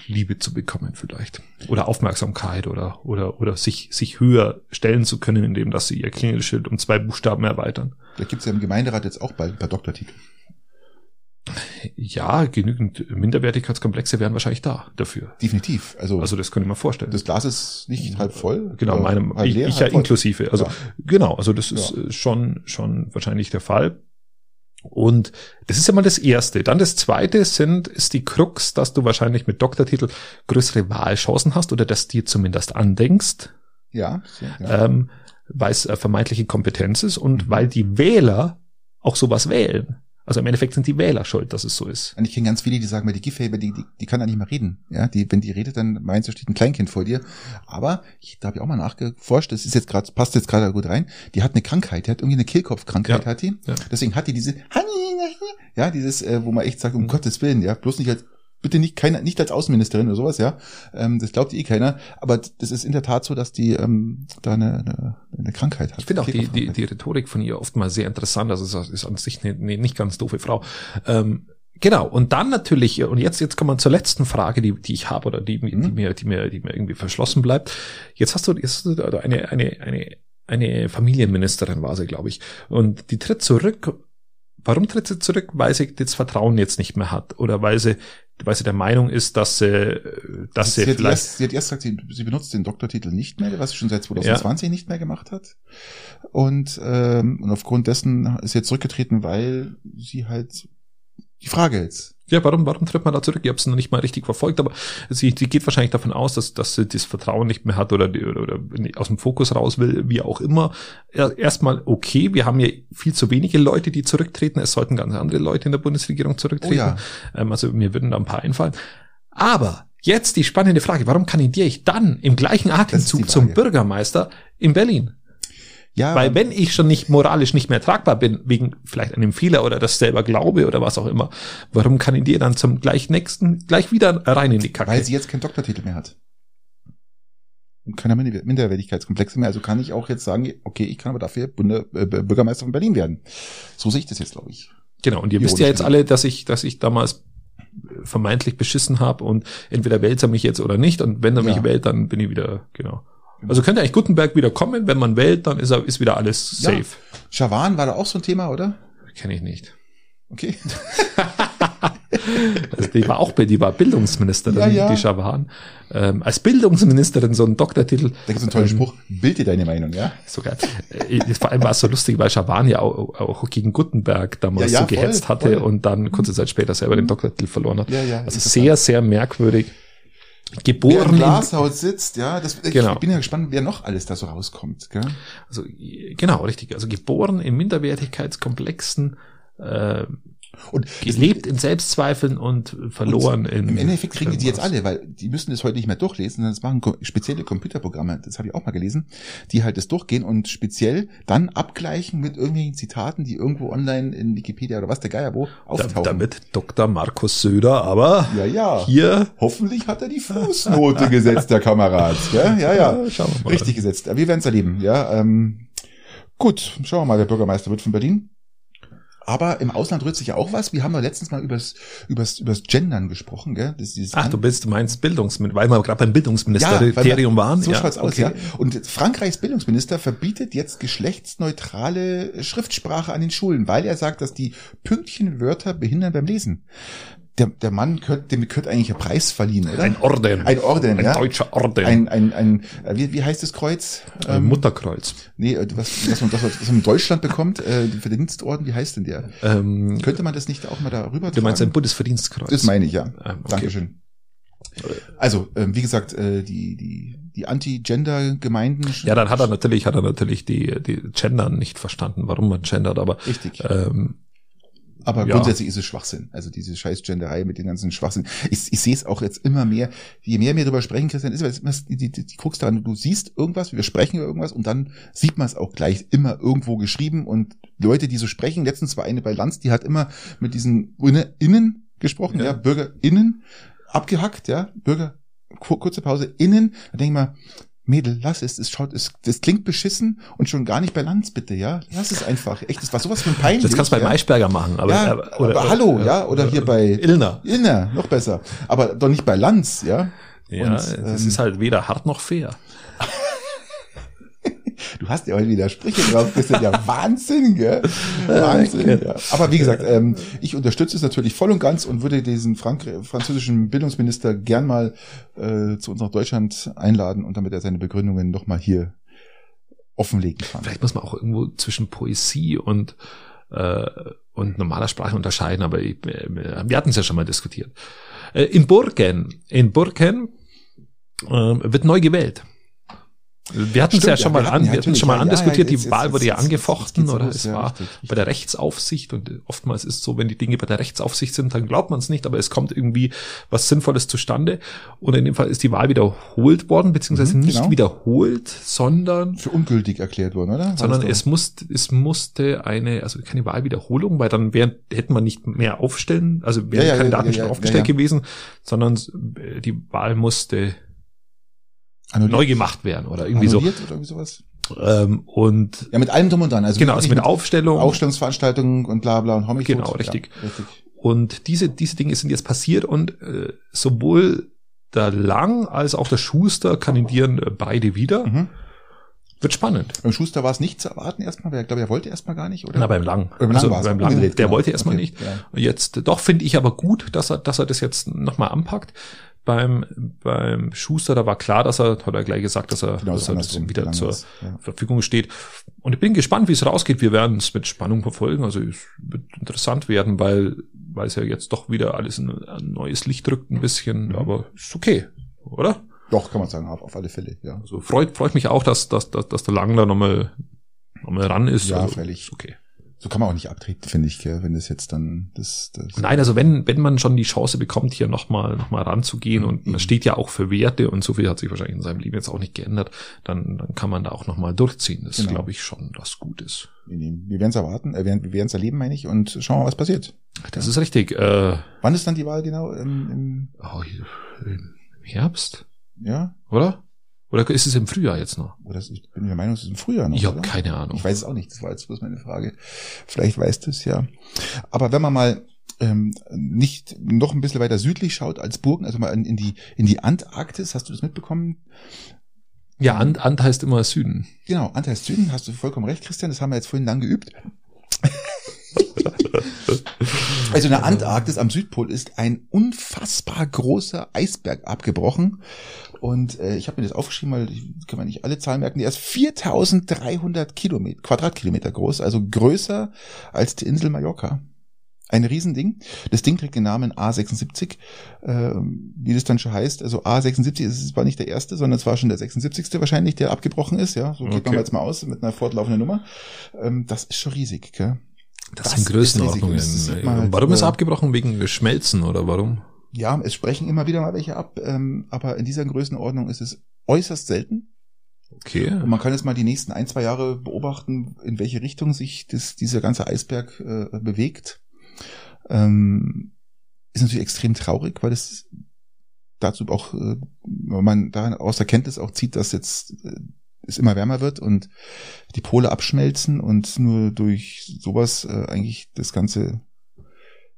Speaker 1: Liebe zu bekommen vielleicht oder Aufmerksamkeit oder oder oder sich sich höher stellen zu können, indem dass sie ihr Klingelschild um zwei Buchstaben erweitern.
Speaker 2: Da gibt's ja im Gemeinderat jetzt auch bald ein paar Doktortitel.
Speaker 1: Ja, genügend Minderwertigkeitskomplexe wären wahrscheinlich da dafür.
Speaker 2: Definitiv. Also,
Speaker 1: Also das könnte ich mir vorstellen.
Speaker 2: das Glas ist nicht halb voll.
Speaker 1: Genau,
Speaker 2: oder
Speaker 1: meinem,
Speaker 2: halb
Speaker 1: ich,
Speaker 2: leer,
Speaker 1: ich ja
Speaker 2: halb voll.
Speaker 1: inklusive. Also
Speaker 2: Ja.
Speaker 1: genau, also das ist äh, schon, schon wahrscheinlich der Fall. Und das ist ja mal das Erste. Dann das Zweite sind, ist die Krux, dass du wahrscheinlich mit Doktortitel größere Wahlchancen hast oder dass dir zumindest andenkst,
Speaker 2: Ja, ja, ja.
Speaker 1: ähm, weil es äh, vermeintliche Kompetenz ist und weil die Wähler auch sowas wählen. Also im Endeffekt sind die Wähler schuld, dass es so ist.
Speaker 2: Und ich kenne ganz viele, die sagen mir, die Giffey, die, die, die kann ja nicht mehr reden. Ja, die, wenn die redet, dann meinst du, steht ein Kleinkind vor dir. Aber ich, da habe ich auch mal nachgeforscht, das ist jetzt gerade, passt jetzt gerade gut rein. Die hat eine Krankheit, die hat irgendwie eine Kehlkopfkrankheit,
Speaker 1: Ja,
Speaker 2: hat die.
Speaker 1: ja. Mhm.
Speaker 2: Deswegen hat die diese, ja, dieses, äh, wo man echt sagt, um Gottes Willen, ja, bloß nicht als bitte nicht, keiner, nicht als Außenministerin oder sowas, ja. Ähm, das glaubt eh keiner. Aber das ist in der Tat so, dass die ähm, da eine, eine, eine Krankheit hat.
Speaker 1: Ich finde auch die, die,
Speaker 2: Krebskrankheit.
Speaker 1: die Rhetorik von ihr oft mal sehr interessant. Also es ist an sich eine, eine nicht ganz doofe Frau. Ähm, genau. Und dann natürlich, und jetzt, jetzt kommen wir zur letzten Frage, die, die ich habe oder die, mir- die,
Speaker 2: Mhm.
Speaker 1: mir, die, mir, die mir irgendwie verschlossen bleibt. Jetzt hast du, jetzt hast du da eine, eine, eine, eine Familienministerin war sie, glaube ich. Und die tritt zurück. Warum tritt sie zurück? Weil sie das Vertrauen jetzt nicht mehr hat oder weil sie, weil sie der Meinung ist, dass sie, äh, dass
Speaker 2: sie,
Speaker 1: sie,
Speaker 2: hat
Speaker 1: vielleicht
Speaker 2: erst, sie hat erst gesagt, sie, sie benutzt den Doktortitel nicht mehr, was sie schon seit 2020 nicht mehr gemacht hat. Und, ähm, und aufgrund dessen ist sie jetzt zurückgetreten, weil sie halt die Frage jetzt.
Speaker 1: Ja, warum, warum tritt man da zurück? Ich habe es noch nicht mal richtig verfolgt, aber sie, sie geht wahrscheinlich davon aus, dass, dass sie das Vertrauen nicht mehr hat oder, die- oder, oder aus dem Fokus raus will, wie auch immer. Er- Erstmal, okay, wir haben ja viel zu wenige Leute, die zurücktreten. Es sollten ganz andere Leute in der Bundesregierung
Speaker 2: oh
Speaker 1: zurücktreten. Ähm, also mir würden da ein paar einfallen. Aber jetzt die spannende Frage, warum kandidiere ich dann im gleichen
Speaker 2: die
Speaker 1: Atemzug
Speaker 2: Frage.
Speaker 1: zum Bürgermeister in Berlin?
Speaker 2: Ja,
Speaker 1: Weil wenn ich schon nicht moralisch nicht mehr tragbar bin, wegen vielleicht einem Fehler oder das selber glaube oder was auch immer, warum kandidiere dann zum gleich nächsten, gleich wieder rein in die Kacke?
Speaker 2: weil sie jetzt keinen Doktortitel mehr hat. Und keiner Minder- Minderwertigkeitskomplexe mehr. Also kann ich auch jetzt sagen, okay, ich kann aber dafür Bunde, äh, Bürgermeister von Berlin werden. So sehe ich das jetzt, glaube ich.
Speaker 1: genau, und ihr wisst ja
Speaker 2: ironisch
Speaker 1: jetzt alle, dass ich, dass ich damals vermeintlich beschissen habe und entweder wählt er mich jetzt oder nicht und wenn er mich
Speaker 2: Ja.
Speaker 1: wählt, dann bin ich wieder, genau. Also könnte eigentlich Gutenberg wieder kommen, wenn man wählt, dann ist er, ist wieder alles
Speaker 2: Ja.
Speaker 1: safe.
Speaker 2: Schawan war da auch so ein Thema, oder?
Speaker 1: Kenne ich nicht.
Speaker 2: Okay.
Speaker 1: Also die war auch, die war Bildungsministerin,
Speaker 2: Ja, ja.
Speaker 1: die Schawan. Ähm, als Bildungsministerin so einen Doktortitel.
Speaker 2: Da gibt es einen tollen
Speaker 1: Ähm,
Speaker 2: Spruch. Bild dir deine Meinung, ja?
Speaker 1: So geil. Äh, Vor allem war es so lustig, weil Schawan ja auch, auch gegen Gutenberg damals
Speaker 2: Ja, ja,
Speaker 1: so gehetzt
Speaker 2: voll,
Speaker 1: hatte
Speaker 2: voll. Mhm.
Speaker 1: und dann kurze Zeit später selber den Doktortitel verloren hat.
Speaker 2: Ja, ja,
Speaker 1: also
Speaker 2: interessant.
Speaker 1: sehr, sehr merkwürdig.
Speaker 2: Wer im
Speaker 1: Geboren in,
Speaker 2: Glashaus sitzt, ja. Das, ich
Speaker 1: Genau.
Speaker 2: bin ja gespannt, wer noch alles da so rauskommt. Gell?
Speaker 1: also, genau, richtig. Also geboren in Minderwertigkeitskomplexen, äh,
Speaker 2: Und
Speaker 1: gelebt in Selbstzweifeln und verloren in.
Speaker 2: im Endeffekt kriegen wir die jetzt
Speaker 1: irgendwas.
Speaker 2: alle, weil die müssen das heute nicht mehr durchlesen, sondern das machen ko- spezielle Computerprogramme, das habe ich auch mal gelesen, die halt das durchgehen und speziell dann abgleichen mit irgendwelchen Zitaten, die irgendwo online in Wikipedia oder was der Geier wo
Speaker 1: Da,
Speaker 2: auftauchen.
Speaker 1: damit Dr. Markus Söder aber
Speaker 2: ja, ja.
Speaker 1: hier
Speaker 2: Hoffentlich hat er die Fußnote gesetzt, der Kamerad. Gell? Ja, ja.
Speaker 1: Ja, schauen wir mal.
Speaker 2: Richtig gesetzt. Aber wir werden es erleben. Ja, ähm, gut, schauen wir mal, wer Bürgermeister wird von Berlin. Aber im Ausland rührt sich ja auch was. Wir haben ja letztens mal übers, übers, übers Gendern gesprochen, gell? Das ist dieses
Speaker 1: Ach,
Speaker 2: An-
Speaker 1: du bist, du meinst Bildungsminister, weil wir gerade beim
Speaker 2: Ja, weil wir-
Speaker 1: Bildungsministerium waren.
Speaker 2: So schaut's aus,
Speaker 1: okay.
Speaker 2: ja. Und Frankreichs Bildungsminister verbietet jetzt geschlechtsneutrale Schriftsprache an den Schulen, weil er sagt, dass die Pünktchenwörter behindern beim Lesen. Der, der Mann könnte, dem könnte eigentlich ein Preis verliehen, oder?
Speaker 1: Ein Orden.
Speaker 2: Ein Orden,
Speaker 1: Ein
Speaker 2: ja.
Speaker 1: deutscher Orden.
Speaker 2: ein, ähm, ein, ein äh, wie, wie heißt das Kreuz?
Speaker 1: Ein Mutterkreuz.
Speaker 2: nee, äh, was, was, man, was, man- was man in Deutschland bekommt, äh, für den Dienstorden, wie heißt denn der?
Speaker 1: Ähm,
Speaker 2: Könnte man das nicht auch mal darüber
Speaker 1: du meinst ein Bundesverdienstkreuz. Ah,
Speaker 2: Das meine ich, ja.
Speaker 1: okay.
Speaker 2: Dankeschön. Also, ähm, wie gesagt, äh, die, die, die Anti-Gender-Gemeinden.
Speaker 1: ja, dann hat er natürlich, hat er natürlich die, die Gender nicht verstanden, warum man gendert, aber
Speaker 2: Richtig.
Speaker 1: ähm,
Speaker 2: Aber
Speaker 1: Ja.
Speaker 2: grundsätzlich ist es Schwachsinn. Also diese scheiß Genderei mit dem ganzen Schwachsinn. Ich, ich sehe es auch jetzt immer mehr. Je mehr wir darüber sprechen, Christian, ist es immer die, die, die, die Krux daran, du siehst irgendwas, wir sprechen über irgendwas und dann sieht man es auch gleich immer irgendwo geschrieben und Leute, die so sprechen, letztens war eine bei Lanz, die hat immer mit diesen Inne- Innen gesprochen, ja,
Speaker 1: Ja.
Speaker 2: BürgerInnen abgehackt, ja, Bürger, kur- kurze Pause, Innen, da denke ich mal, Mädel, lass es, es schaut, es, das klingt beschissen und schon gar nicht bei Lanz, bitte, ja. Lass es einfach. Echt, das war sowas von peinlich.
Speaker 1: das kannst du bei
Speaker 2: ja
Speaker 1: Maischberger machen, aber, äh,
Speaker 2: ja,
Speaker 1: aber,
Speaker 2: aber, hallo, ja, oder hier bei
Speaker 1: äh, Illner.
Speaker 2: Inner, noch besser. Aber doch nicht bei Lanz, ja.
Speaker 1: Ja,
Speaker 2: Und, ähm,
Speaker 1: das ist halt weder hart noch fair.
Speaker 2: Du hast ja heute wieder Sprüche drauf, das ist ja Wahnsinn, gell? Wahnsinn,
Speaker 1: Okay.
Speaker 2: ja. Aber wie gesagt, ähm, ich unterstütze es natürlich voll und ganz und würde diesen Frank französischen Bildungsminister gern mal äh, zu uns nach Deutschland einladen und damit er seine Begründungen nochmal hier offenlegen kann.
Speaker 1: vielleicht muss man auch irgendwo zwischen Poesie und äh, und normaler Sprache unterscheiden, aber ich, äh, wir hatten es ja schon mal diskutiert. ähm, Äh, in Burgen, in Burgen äh, wird neu gewählt. Wir hatten es ja
Speaker 2: Stimmt,
Speaker 1: schon
Speaker 2: ja,
Speaker 1: mal an,
Speaker 2: wir hatten
Speaker 1: wir
Speaker 2: ja
Speaker 1: hatten
Speaker 2: natürlich,
Speaker 1: schon mal
Speaker 2: ja,
Speaker 1: andiskutiert,
Speaker 2: ja, jetzt-
Speaker 1: die Wahl
Speaker 2: jetzt-
Speaker 1: wurde ja
Speaker 2: jetzt- jetzt- jetzt
Speaker 1: angefochten
Speaker 2: geht's
Speaker 1: oder
Speaker 2: los,
Speaker 1: es
Speaker 2: ja,
Speaker 1: war
Speaker 2: richtig,
Speaker 1: bei der Rechtsaufsicht und äh, oftmals ist so, wenn die Dinge bei der Rechtsaufsicht sind, dann glaubt man es nicht, aber es kommt irgendwie was Sinnvolles zustande und in dem Fall ist die Wahl wiederholt worden, beziehungsweise
Speaker 2: Mhm,
Speaker 1: nicht
Speaker 2: genau.
Speaker 1: wiederholt, sondern
Speaker 2: Für ungültig erklärt worden, oder? War
Speaker 1: sondern
Speaker 2: das
Speaker 1: es musste, es musste eine, also keine Wahlwiederholung, weil dann wären, hätte man nicht mehr aufstellen, also wären
Speaker 2: Ja, ja,
Speaker 1: keine
Speaker 2: ja,
Speaker 1: Daten
Speaker 2: ja,
Speaker 1: schon
Speaker 2: ja,
Speaker 1: aufgestellt
Speaker 2: ja, ja.
Speaker 1: gewesen, sondern äh, die Wahl musste
Speaker 2: doch annulliert?
Speaker 1: neu gemacht werden oder irgendwie
Speaker 2: annulliert Oder irgendwie sowas?
Speaker 1: so. Ähm, und
Speaker 2: Ja, mit allem drum und dran. Also
Speaker 1: genau, also
Speaker 2: wirklich
Speaker 1: mit Aufstellung.
Speaker 2: Aufstellungsveranstaltungen und bla bla und Homicide.
Speaker 1: Genau, richtig.
Speaker 2: Ja, richtig.
Speaker 1: Und diese, diese Dinge sind jetzt passiert und äh, sowohl der Lang als auch der Schuster kandidieren äh, beide wieder.
Speaker 2: Mhm.
Speaker 1: Wird spannend.
Speaker 2: Beim Schuster war es nicht zu erwarten erstmal, weil ich glaube, er wollte erstmal gar nicht, oder?
Speaker 1: Na, beim Lang.
Speaker 2: beim Lang
Speaker 1: also,
Speaker 2: war es
Speaker 1: beim Lang der
Speaker 2: umgedreht, genau.
Speaker 1: wollte erstmal
Speaker 2: Okay,
Speaker 1: nicht.
Speaker 2: Ja.
Speaker 1: Jetzt doch finde ich aber gut, dass er, dass er das jetzt nochmal anpackt. Beim, beim Schuster, da war klar, dass er, hat er gleich gesagt, dass er,
Speaker 2: Genau,
Speaker 1: dass
Speaker 2: so
Speaker 1: er das
Speaker 2: andersrum.
Speaker 1: wieder
Speaker 2: Lang
Speaker 1: zur
Speaker 2: war's, ja.
Speaker 1: Verfügung steht. Und ich bin gespannt, wie es rausgeht. Wir werden es mit Spannung verfolgen. Also es wird interessant werden, weil, weil es ja jetzt doch wieder alles in ein neues Licht rückt ein bisschen.
Speaker 2: Mhm.
Speaker 1: Aber ist okay, oder?
Speaker 2: Doch, kann man sagen, auf, auf alle Fälle, ja.
Speaker 1: Also freut, freut mich auch, dass, dass, dass, dass der Lang da nochmal noch mal ran ist.
Speaker 2: Ja,
Speaker 1: also,
Speaker 2: freilich.
Speaker 1: Ist okay.
Speaker 2: So kann man auch nicht abtreten, finde ich, gell, wenn das jetzt dann das, das
Speaker 1: Nein, also wenn, wenn man schon die Chance bekommt, hier nochmal noch mal ranzugehen und
Speaker 2: Mhm.
Speaker 1: man steht ja auch für Werte und so viel hat sich wahrscheinlich in seinem Leben jetzt auch nicht geändert, dann, dann kann man da auch nochmal durchziehen. Das
Speaker 2: Genau.
Speaker 1: glaube ich schon, das gut ist.
Speaker 2: wir nehmen. Wir werden es erwarten, äh, wir werden es erleben, meine ich, und schauen wir mal, was passiert.
Speaker 1: Das ist richtig. Äh,
Speaker 2: Wann ist dann die Wahl genau? Im, im,
Speaker 1: oh, hier, im Herbst,
Speaker 2: ja?
Speaker 1: oder? Oder ist es im Frühjahr jetzt noch?
Speaker 2: Oder ist, ich bin der Meinung, es ist im Frühjahr noch.
Speaker 1: Ich habe
Speaker 2: oder?
Speaker 1: keine Ahnung.
Speaker 2: Ich weiß es auch nicht, das war jetzt bloß meine Frage. Vielleicht weißt du es ja. Aber wenn man mal ähm, nicht noch ein bisschen weiter südlich schaut als Burgen, also mal in, in, die, in die Antarktis, hast du das mitbekommen?
Speaker 1: Ja, Ant, Ant heißt immer Süden.
Speaker 2: Genau, Antarktis Süden, hast du vollkommen recht, Christian, das haben wir jetzt vorhin lang geübt. Also in der Antarktis am Südpol ist ein unfassbar großer Eisberg abgebrochen. Und äh, ich habe mir das aufgeschrieben, weil ich kann man nicht alle Zahlen merken. Der ist 4300 Kilometer, Quadratkilometer groß, also größer als die Insel Mallorca. Ein Riesending. Das Ding trägt den Namen A76, äh, wie das dann schon heißt. Also A76 ist es war nicht der erste, sondern es war schon der 76. wahrscheinlich, der abgebrochen ist. Ja, so geht
Speaker 1: Okay.
Speaker 2: man jetzt mal aus mit einer fortlaufenden Nummer. Ähm, das ist schon riesig, gell?
Speaker 1: Das,
Speaker 2: Das
Speaker 1: sind
Speaker 2: ist
Speaker 1: Größenordnungen.
Speaker 2: riesig. Das sieht man halt
Speaker 1: warum ist
Speaker 2: so.
Speaker 1: er abgebrochen? Wegen Schmelzen oder warum?
Speaker 2: ja, es sprechen immer wieder mal welche ab, ähm, aber in dieser Größenordnung ist es äußerst selten.
Speaker 1: Okay.
Speaker 2: Und man kann jetzt mal die nächsten ein, zwei Jahre beobachten, in welche Richtung sich das, dieser ganze Eisberg äh, bewegt. Ähm, ist natürlich extrem traurig, weil es dazu auch, äh, wenn man daran aus der Kenntnis auch zieht, dass jetzt äh, es immer wärmer wird und die Pole abschmelzen und nur durch sowas äh, eigentlich das Ganze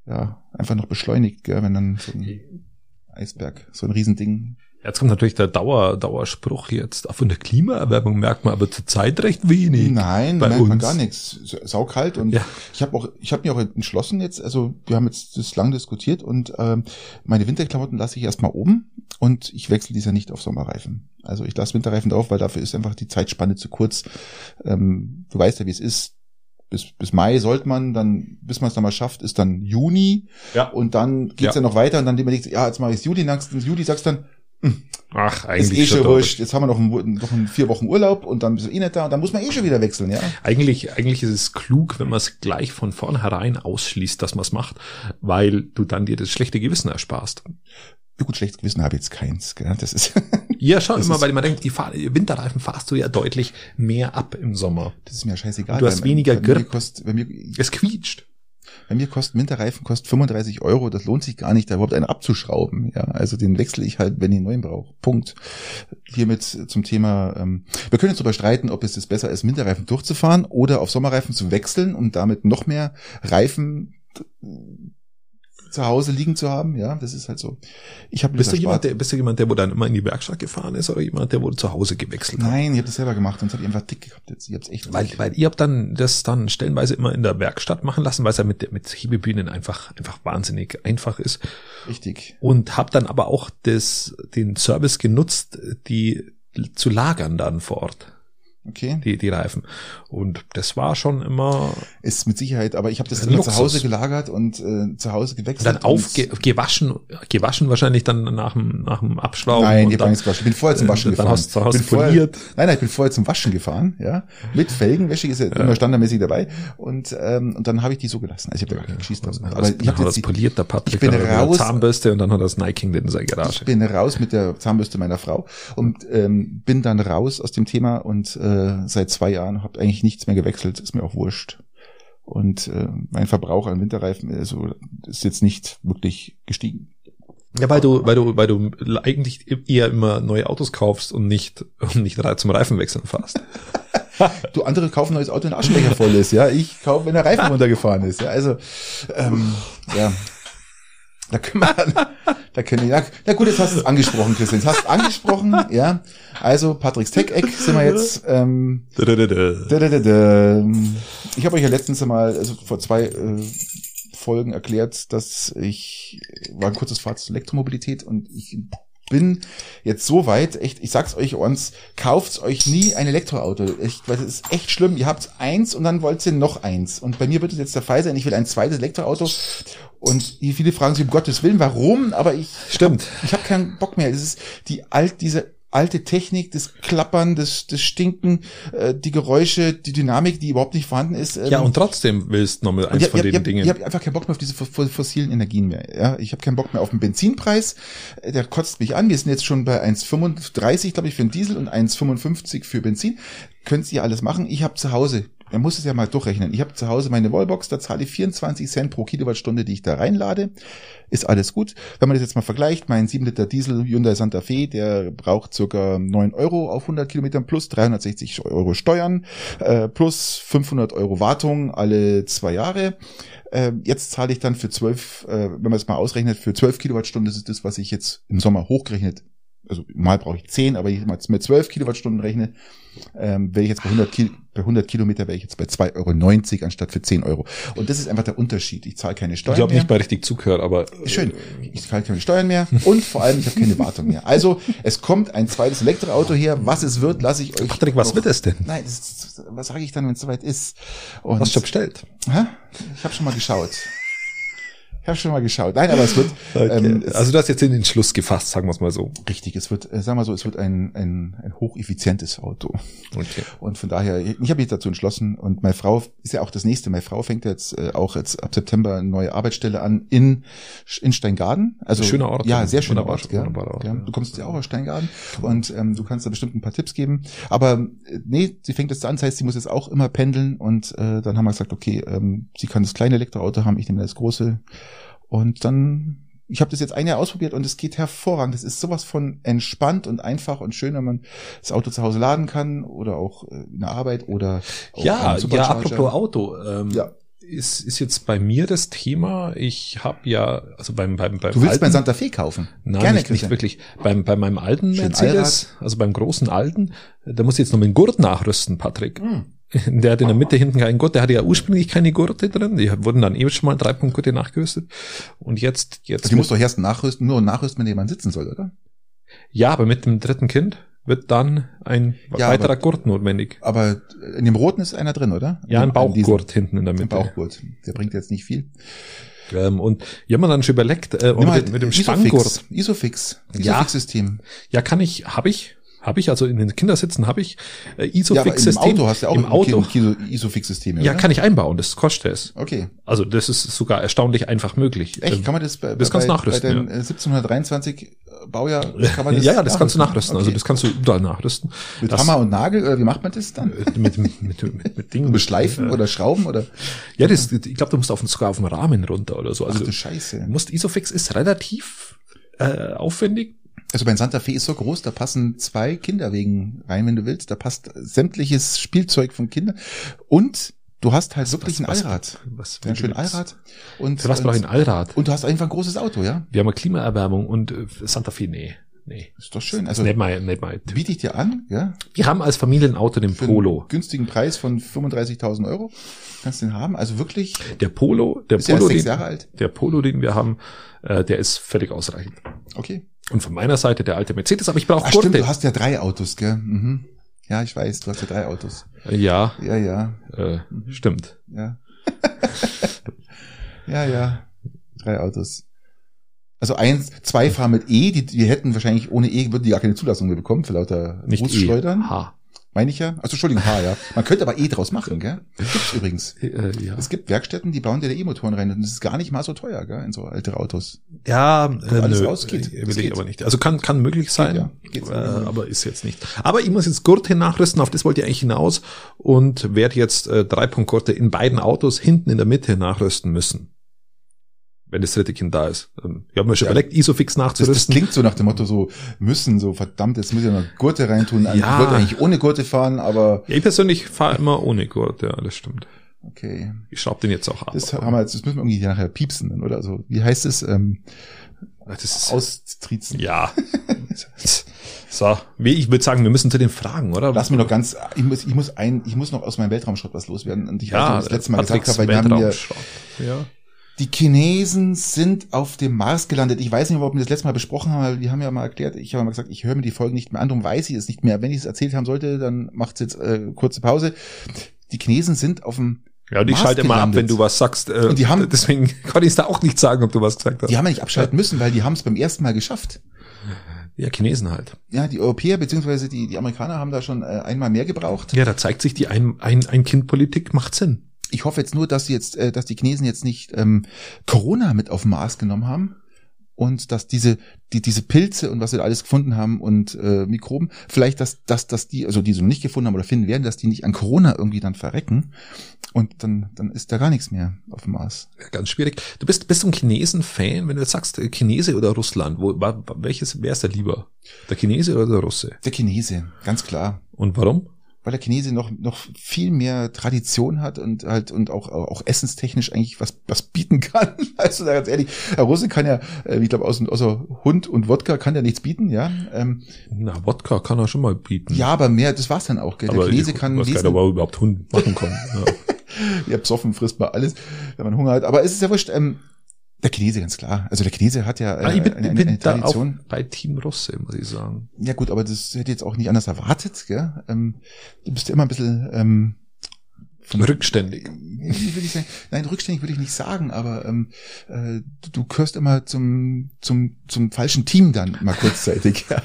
Speaker 2: ja einfach noch beschleunigt, gell, wenn dann so ein Eisberg, so ein Riesending.
Speaker 1: Jetzt kommt natürlich der Dauer, Dauerspruch jetzt. Auch von der Klimaerwärmung merkt man aber zurzeit recht wenig.
Speaker 2: Nein,
Speaker 1: bei
Speaker 2: da merkt man
Speaker 1: uns.
Speaker 2: gar nichts. Sa- Saukalt und
Speaker 1: Ja.
Speaker 2: ich habe auch, ich habe mir auch entschlossen jetzt, also wir haben jetzt das lang diskutiert und ähm, meine Winterklamotten lasse ich erstmal oben und ich wechsle diese nicht auf Sommerreifen. Also ich lasse Winterreifen drauf, weil dafür ist einfach die Zeitspanne zu kurz. Ähm, du weißt ja, wie es ist. Bis, bis Mai sollte man, dann, bis man es nochmal schafft, ist dann Juni
Speaker 1: Ja.
Speaker 2: und dann geht's
Speaker 1: Ja.
Speaker 2: ja. noch weiter und dann überlegst du, ja, jetzt mache ich Juli, dann Juli sagst dann,
Speaker 1: Ach,
Speaker 2: ist eh schon
Speaker 1: doch.
Speaker 2: wurscht, jetzt haben wir noch, einen, noch einen vier Wochen Urlaub und dann bist du eh nicht da und dann muss man eh schon wieder wechseln, ja.
Speaker 1: Eigentlich, eigentlich ist es klug, wenn man es gleich von vornherein ausschließt, dass man es macht, weil du dann dir das schlechte Gewissen ersparst.
Speaker 2: Ja, gut, schlechtes Gewissen habe ich jetzt keins. Gell? Das ist,
Speaker 1: Ja, schon
Speaker 2: Das
Speaker 1: immer,
Speaker 2: ist-
Speaker 1: weil man denkt, die Fahr Winterreifen fahrst du ja deutlich mehr ab im Sommer.
Speaker 2: das ist mir scheißegal.
Speaker 1: Du hast
Speaker 2: Bei-
Speaker 1: weniger
Speaker 2: bei mir,
Speaker 1: Grip.
Speaker 2: kostet, bei, mir,
Speaker 1: Es quietscht.
Speaker 2: bei mir kosten Winterreifen kostet 35 Euro. Das lohnt sich gar nicht, da überhaupt einen abzuschrauben. Ja, also den wechsle ich halt, wenn ich einen neuen brauche. Punkt. Hiermit zum Thema. Ähm, wir können jetzt darüber streiten, ob es das besser ist, Winterreifen durchzufahren oder auf Sommerreifen zu wechseln und damit noch mehr Reifen äh, zu Hause liegen zu haben. Ja, das ist halt so. Ich habe
Speaker 1: Bist du,
Speaker 2: lieber
Speaker 1: jemand,
Speaker 2: Spaß.
Speaker 1: der, bist du jemand, der wo dann immer in die Werkstatt gefahren ist oder jemand, der wurde zu Hause gewechselt hat?
Speaker 2: Nein, ich habe das selber gemacht, sonst hab ich einfach dick gehabt jetzt. Ich hab's echt
Speaker 1: Genau. Weil,
Speaker 2: dick.
Speaker 1: weil ihr habt dann das dann stellenweise immer in der Werkstatt machen lassen, weil es ja mit, der- mit Hebebühnen einfach, einfach wahnsinnig einfach ist.
Speaker 2: richtig.
Speaker 1: und habe dann aber auch das, den Service genutzt, die zu lagern dann vor Ort.
Speaker 2: Okay.
Speaker 1: die, die Reifen. Und das war schon immer
Speaker 2: Ist mit Sicherheit, aber ich habe das
Speaker 1: Ein
Speaker 2: Ding zu
Speaker 1: Luxus.
Speaker 2: Hause gelagert und äh, zu Hause gewechselt.
Speaker 1: dann
Speaker 2: und-
Speaker 1: aufgewaschen, gewaschen wahrscheinlich dann nach dem, nach dem Abschrauben.
Speaker 2: Nein, ich
Speaker 1: Oh, und
Speaker 2: habe
Speaker 1: dann,
Speaker 2: nichts gewaschen. Ich bin vorher zum Waschen
Speaker 1: äh, dann
Speaker 2: gefahren.
Speaker 1: hast du zu Hause
Speaker 2: bin vorher-
Speaker 1: poliert.
Speaker 2: Nein, nein, ich bin vorher zum Waschen gefahren, ja. Mit Felgenwäsche ist ja immer standardmäßig dabei. Und, ähm, und dann habe ich die so gelassen. Also ich habe da gar keinen Schieß draus gemacht. Aber
Speaker 1: Aber
Speaker 2: ich
Speaker 1: hat
Speaker 2: habe
Speaker 1: das
Speaker 2: jetzt die,
Speaker 1: poliert, der Patrick,
Speaker 2: ich bin
Speaker 1: dann hat er
Speaker 2: raus-
Speaker 1: Zahnbürste und dann hat er das Nike in seiner Garage.
Speaker 2: ich bin raus mit der Zahnbürste meiner Frau und ähm, bin dann raus aus dem Thema und äh, seit zwei Jahren habe eigentlich nichts mehr gewechselt, ist mir auch wurscht. Und äh, mein Verbrauch an Winterreifen also, ist jetzt nicht wirklich gestiegen.
Speaker 1: Ja, weil du, weil du, weil du eigentlich eher immer neue Autos kaufst und nicht, und nicht rei- zum Reifenwechseln fährst.
Speaker 2: Du, andere kaufen ein neues Auto, wenn der Aschenbecher voll ist, ja. Ich kaufe, wenn der Reifen runtergefahren ist, ja. Also, ähm, ja. Da können wir, da können wir, na gut, jetzt hast du es angesprochen, Christian. Jetzt hast du es angesprochen, ja. Also, Patricks Tech-Eck sind wir jetzt, ähm,
Speaker 1: Dadadada.
Speaker 2: Dadadada. Ich habe euch ja letztens mal, also vor zwei äh, Folgen erklärt, dass ich war ein kurzes Fazit zur Elektromobilität und ich bin jetzt so weit, echt, ich sag's euch uns, kauft euch nie ein Elektroauto. Ich weiß, es ist echt schlimm. Ihr habt eins und dann wollt ihr noch eins. Und bei mir wird es jetzt der Fall sein, ich will ein zweites Elektroauto. Und viele fragen sich, um Gottes Willen, warum? Aber ich
Speaker 1: Stimmt.
Speaker 2: ich habe keinen Bock mehr. Es ist die alt, diese alte Technik, das Klappern, das, das Stinken, äh, die Geräusche, die Dynamik, die überhaupt nicht vorhanden ist. ähm,
Speaker 1: Ja, und trotzdem willst du nochmal eins
Speaker 2: ich,
Speaker 1: von
Speaker 2: ich,
Speaker 1: den
Speaker 2: ich,
Speaker 1: Dingen.
Speaker 2: Ich habe einfach keinen Bock mehr auf diese fo- fo- fossilen Energien mehr. Ja? Ich habe keinen Bock mehr auf den Benzinpreis. Äh, Der kotzt mich an. Wir sind jetzt schon bei 1,35, glaube ich, für den Diesel und 1,55 für Benzin. Könnt ihr alles machen. Ich habe zu Hause, man muss es ja mal durchrechnen, ich habe zu Hause meine Wallbox, da zahle ich 24 Cent pro Kilowattstunde, die ich da reinlade. Ist alles gut. Wenn man das jetzt mal vergleicht, mein 7 Liter Diesel Hyundai Santa Fe, der braucht circa 9 Euro auf 100 Kilometern plus 360 Euro Steuern äh, plus 500 Euro Wartung alle zwei Jahre. Ähm, jetzt zahle ich dann für 12, äh, wenn man es mal ausrechnet, für 12 Kilowattstunden, das ist das, was ich jetzt im Sommer hochgerechnet, also mal brauche ich 10, aber ich mal mit 12 Kilowattstunden rechne, ähm, wäre ich jetzt bei 100, Ki bei 100 Kilometer wäre ich jetzt bei 2,90 Euro anstatt für 10 Euro. Und das ist einfach der Unterschied. Ich zahle keine Steuern
Speaker 1: Ich habe
Speaker 2: mehr.
Speaker 1: nicht mal richtig zugehört, aber
Speaker 2: Schön. Ich zahle keine Steuern mehr und vor allem ich habe keine Wartung mehr. Also es kommt ein zweites Elektroauto her. Was es wird, lasse ich euch.
Speaker 1: Patrick, was
Speaker 2: noch-
Speaker 1: wird es denn?
Speaker 2: Nein, das ist, was sage ich dann, wenn es soweit ist? Und
Speaker 1: Hast du schon bestellt?
Speaker 2: Hä? Ich habe schon mal geschaut. Ich habe schon mal geschaut. Nein, aber es wird ähm, es
Speaker 1: also du hast jetzt in den Schluss gefasst, sagen wir es mal so.
Speaker 2: richtig. Es wird, äh, sagen wir so, es wird ein, ein, ein hocheffizientes Auto.
Speaker 1: Okay.
Speaker 2: Und von daher, ich habe mich dazu entschlossen und meine Frau ist ja auch das nächste. Meine Frau fängt jetzt äh, auch jetzt ab September eine neue Arbeitsstelle an in, in Steingaden. Also
Speaker 1: Schöner Ort.
Speaker 2: Ja, sehr schöner
Speaker 1: Wunderbar-
Speaker 2: Ort. Gell?
Speaker 1: wunderbarer Ort,
Speaker 2: Gell?
Speaker 1: ja.
Speaker 2: Du kommst ja auch aus Steingaden und ähm, du kannst da bestimmt ein paar Tipps geben. Aber äh, nee, sie fängt jetzt an, das heißt, sie muss jetzt auch immer pendeln und äh, dann haben wir gesagt, okay, ähm, sie kann das kleine Elektroauto haben, ich nehme das große. Und dann, ich habe das jetzt ein Jahr ausprobiert und es geht hervorragend. Es ist sowas von entspannt und einfach und schön, wenn man das Auto zu Hause laden kann oder auch äh, in der Arbeit oder auch
Speaker 1: Ja,
Speaker 2: am
Speaker 1: ja,
Speaker 2: Supercharger.
Speaker 1: apropos Auto. Ähm,
Speaker 2: Ja.
Speaker 1: Ist, ist jetzt bei mir das Thema. Ich habe ja, also beim, beim, beim
Speaker 2: Du willst
Speaker 1: alten-
Speaker 2: mein Santa Fe kaufen?
Speaker 1: Nein,
Speaker 2: Gerne,
Speaker 1: nicht, nicht
Speaker 2: Christian.
Speaker 1: wirklich. Beim, bei meinem alten
Speaker 2: Schön
Speaker 1: Mercedes, also beim großen alten, da muss ich jetzt noch mit dem Gurt nachrüsten, Patrick.
Speaker 2: Hm.
Speaker 1: Der hat in der Mitte hinten keinen Gurt, der hatte ja ursprünglich keine Gurte drin, die wurden dann eben schon mal drei Punktgurte nachgerüstet. Und jetzt, jetzt.
Speaker 2: Also, Die musst du doch erst nachrüsten, nur nachrüsten, wenn jemand sitzen soll, oder?
Speaker 1: ja, aber mit dem dritten Kind wird dann ein
Speaker 2: Ja,
Speaker 1: weiterer
Speaker 2: aber-
Speaker 1: Gurt notwendig.
Speaker 2: Aber in dem roten ist einer drin, oder?
Speaker 1: Ja, ein
Speaker 2: In diesem-
Speaker 1: Bauchgurt hinten in der
Speaker 2: Ein
Speaker 1: Mitte.
Speaker 2: Bauchgurt. Der bringt jetzt nicht viel.
Speaker 1: Ähm, und ich habe mir dann schon überlegt, äh,
Speaker 2: Nimm halt
Speaker 1: mit, dem- mit dem Spanngurt.
Speaker 2: Isofix. Isofix.
Speaker 1: Ja.
Speaker 2: Isofix-System.
Speaker 1: Ja, kann ich, habe ich, habe ich, also in den Kindersitzen habe ich äh, Isofix-System.
Speaker 2: Auto hast du ja auch
Speaker 1: Im
Speaker 2: ein
Speaker 1: Auto.
Speaker 2: Kilo- Isofix-System,
Speaker 1: Ja,
Speaker 2: oder?
Speaker 1: kann ich einbauen, das kostet es.
Speaker 2: Okay.
Speaker 1: Also das ist sogar erstaunlich einfach möglich.
Speaker 2: Echt?
Speaker 1: Ähm,
Speaker 2: Kann man das bei,
Speaker 1: das kannst
Speaker 2: bei,
Speaker 1: du nachrüsten,
Speaker 2: bei deinem äh, 1723 Baujahr kann man
Speaker 1: ja, ja, das kannst du nachrüsten. Also
Speaker 2: Okay.
Speaker 1: das kannst du überall nachrüsten.
Speaker 2: mit
Speaker 1: das,
Speaker 2: Hammer und Nagel oder wie macht man das dann?
Speaker 1: äh, mit, mit, mit, mit, mit Dingen.
Speaker 2: Beschleifen
Speaker 1: äh,
Speaker 2: oder Schrauben oder?
Speaker 1: Ja, das, ich glaube, du musst auf, den- sogar auf den Rahmen runter oder so.
Speaker 2: Ach
Speaker 1: Also
Speaker 2: du
Speaker 1: du
Speaker 2: Scheiße.
Speaker 1: musst Isofix ist relativ äh, aufwendig.
Speaker 2: Also mein Santa Fe ist so groß, da passen zwei Kinderwegen rein, wenn du willst. Da passt sämtliches Spielzeug von Kindern. Und du hast halt wirklich ein
Speaker 1: was-
Speaker 2: Allrad.
Speaker 1: Was,
Speaker 2: Ja, ein schönes Allrad. Und,
Speaker 1: Du hast doch ein Allrad.
Speaker 2: und du hast einfach ein großes Auto, ja?
Speaker 1: Wir haben eine Klimaerwärmung und äh, Santa Fe, nee. Nee.
Speaker 2: Ist doch schön.
Speaker 1: Also,
Speaker 2: Also
Speaker 1: nicht mal, nicht mal.
Speaker 2: biete ich dir an, ja?
Speaker 1: Wir haben als Familienauto den
Speaker 2: Für einen
Speaker 1: Polo.
Speaker 2: günstigen Preis von 35.000 Euro. Kannst den haben. Also wirklich,
Speaker 1: Der Polo, der
Speaker 2: ist ja erst
Speaker 1: Polo,
Speaker 2: sechs
Speaker 1: den,
Speaker 2: Jahre alt.
Speaker 1: der Polo, den wir haben, äh, der ist völlig ausreichend.
Speaker 2: Okay.
Speaker 1: Und von meiner Seite der alte Mercedes, aber ich brauche
Speaker 2: Ah, stimmt, du
Speaker 1: Gurte.
Speaker 2: hast ja drei Autos, gell? Mhm. Ja, ich weiß, du hast ja drei Autos.
Speaker 1: Äh, Ja,
Speaker 2: Ja, ja,
Speaker 1: äh, stimmt.
Speaker 2: ja. ja, ja. Drei Autos. Also eins, zwei fahren mit E, die, die hätten wahrscheinlich ohne E würden die gar keine Zulassung mehr bekommen für lauter
Speaker 1: Nicht
Speaker 2: Berufsschleudern.
Speaker 1: E. H.
Speaker 2: Meine ich ja. Also Entschuldigung, H, ja. Man könnte aber E draus machen, gell? Gibt's übrigens.
Speaker 1: Äh, ja.
Speaker 2: Es gibt Werkstätten, die bauen dir da E-Motoren rein und das ist gar nicht mal so teuer, gell, in so alte Autos.
Speaker 1: Ja, äh,
Speaker 2: alles
Speaker 1: nö,
Speaker 2: raus, geht.
Speaker 1: äh, Will
Speaker 2: Das
Speaker 1: ich
Speaker 2: geht.
Speaker 1: aber nicht. Also kann, kann möglich sein,
Speaker 2: ja. Geht's
Speaker 1: äh,
Speaker 2: möglich.
Speaker 1: aber ist jetzt nicht. Aber ich muss jetzt Gurte nachrüsten, auf das wollte ich eigentlich hinaus und werde jetzt äh, Dreipunktgurte in beiden Autos hinten in der Mitte nachrüsten müssen. Wenn das dritte Kind da ist. Ähm, Ich habe mir schon
Speaker 2: Ja.
Speaker 1: überlegt, Isofix
Speaker 2: Das, das
Speaker 1: nachzurüsten.
Speaker 2: klingt so nach dem Motto so, müssen so, verdammt, jetzt muss ich noch Gurte reintun. Also
Speaker 1: Ja.
Speaker 2: Ich wollte eigentlich ohne Gurte fahren, aber
Speaker 1: ja, ich persönlich fahre immer ohne Gurte, ja, das stimmt.
Speaker 2: okay.
Speaker 1: Ich schraube den jetzt auch ab.
Speaker 2: Das
Speaker 1: aber-
Speaker 2: haben wir jetzt, das müssen wir irgendwie nachher piepsen dann, oder so. Wie heißt es? Ähm,
Speaker 1: das ist,
Speaker 2: austriezen.
Speaker 1: ja. so, wie ich würde sagen, wir müssen zu den Fragen, oder?
Speaker 2: Lass mir noch ganz, ich muss, ich muss ein, ich muss noch aus meinem Weltraumschrott was loswerden. Und ich
Speaker 1: ja,
Speaker 2: weiß nicht, ob ich das letzte Mal
Speaker 1: Patricks
Speaker 2: gesagt habe, weil die haben ja,
Speaker 1: Weltraumschrott. ja.
Speaker 2: die Chinesen sind auf dem Mars gelandet. Ich weiß nicht, ob wir das letzte Mal besprochen haben, aber die haben ja mal erklärt, ich habe mal gesagt, ich höre mir die Folgen nicht mehr an, darum weiß ich es nicht mehr. Wenn ich es erzählt haben sollte, dann macht's jetzt äh, kurze Pause. Die Chinesen sind auf dem
Speaker 1: Ja, und ich
Speaker 2: Mars
Speaker 1: schalte immer ab,
Speaker 2: gelandet.
Speaker 1: wenn du was sagst. Äh,
Speaker 2: Und die haben-
Speaker 1: deswegen konnte ich es da auch nicht sagen, ob du was gesagt hast.
Speaker 2: Die haben ja nicht abschalten müssen, weil die haben es beim ersten Mal geschafft.
Speaker 1: ja, Chinesen halt.
Speaker 2: Ja, die Europäer beziehungsweise die, die Amerikaner haben da schon äh, einmal mehr gebraucht.
Speaker 1: Ja, da zeigt sich die ein, ein, ein Kind Politik macht Sinn.
Speaker 2: Ich hoffe jetzt nur, dass sie jetzt, äh, dass die Chinesen jetzt nicht ähm, Corona mit auf den Mars genommen haben und dass diese die, diese Pilze und was sie da alles gefunden haben und äh, Mikroben, vielleicht dass dass dass die also die sie noch nicht gefunden haben oder finden werden, dass die nicht an Corona irgendwie dann verrecken und dann dann ist da gar nichts mehr auf dem Mars.
Speaker 1: Ja, ganz schwierig. Du bist bist du ein Chinesen Fan, wenn du jetzt sagst äh, Chinese oder Russland, wo wa- wa- welches wär's da lieber? Der Chinese oder der Russe?
Speaker 2: Der Chinese, ganz klar.
Speaker 1: Und warum?
Speaker 2: weil der Chinese noch, noch viel mehr Tradition hat und halt und auch, auch essenstechnisch eigentlich was, was bieten kann. Also da ganz ehrlich, der Russe kann ja, äh, ich glaube, außer, außer Hund und Wodka kann der nichts bieten, ja. Ähm,
Speaker 1: Na, Wodka kann er schon mal bieten.
Speaker 2: ja, aber mehr, das war's dann auch, gell? Der
Speaker 1: Hm. aber
Speaker 2: Chinese
Speaker 1: ich
Speaker 2: kann
Speaker 1: weiß gar nicht, ob
Speaker 2: lesen,
Speaker 1: er überhaupt Hund machen kann. ja.
Speaker 2: ja, psoffen frisst mal alles, wenn man Hunger hat. Aber es ist ja wurscht, ähm, der Chinese, ganz klar. Also der Chinese hat ja äh,
Speaker 1: Aber Ah, ich bin,
Speaker 2: eine,
Speaker 1: ich
Speaker 2: eine,
Speaker 1: bin
Speaker 2: eine
Speaker 1: da auch
Speaker 2: Tradition.
Speaker 1: bei Team Russe, muss ich sagen.
Speaker 2: Ja gut, aber das hätte ich jetzt auch nicht anders erwartet, gell? Ähm, du bist ja immer ein bisschen ähm,
Speaker 1: Rückständig.
Speaker 2: Wie würde ich sagen? Nein, rückständig würde ich nicht sagen, aber ähm, äh, du, du gehörst immer zum, zum, zum falschen Team dann mal kurzzeitig. Ja.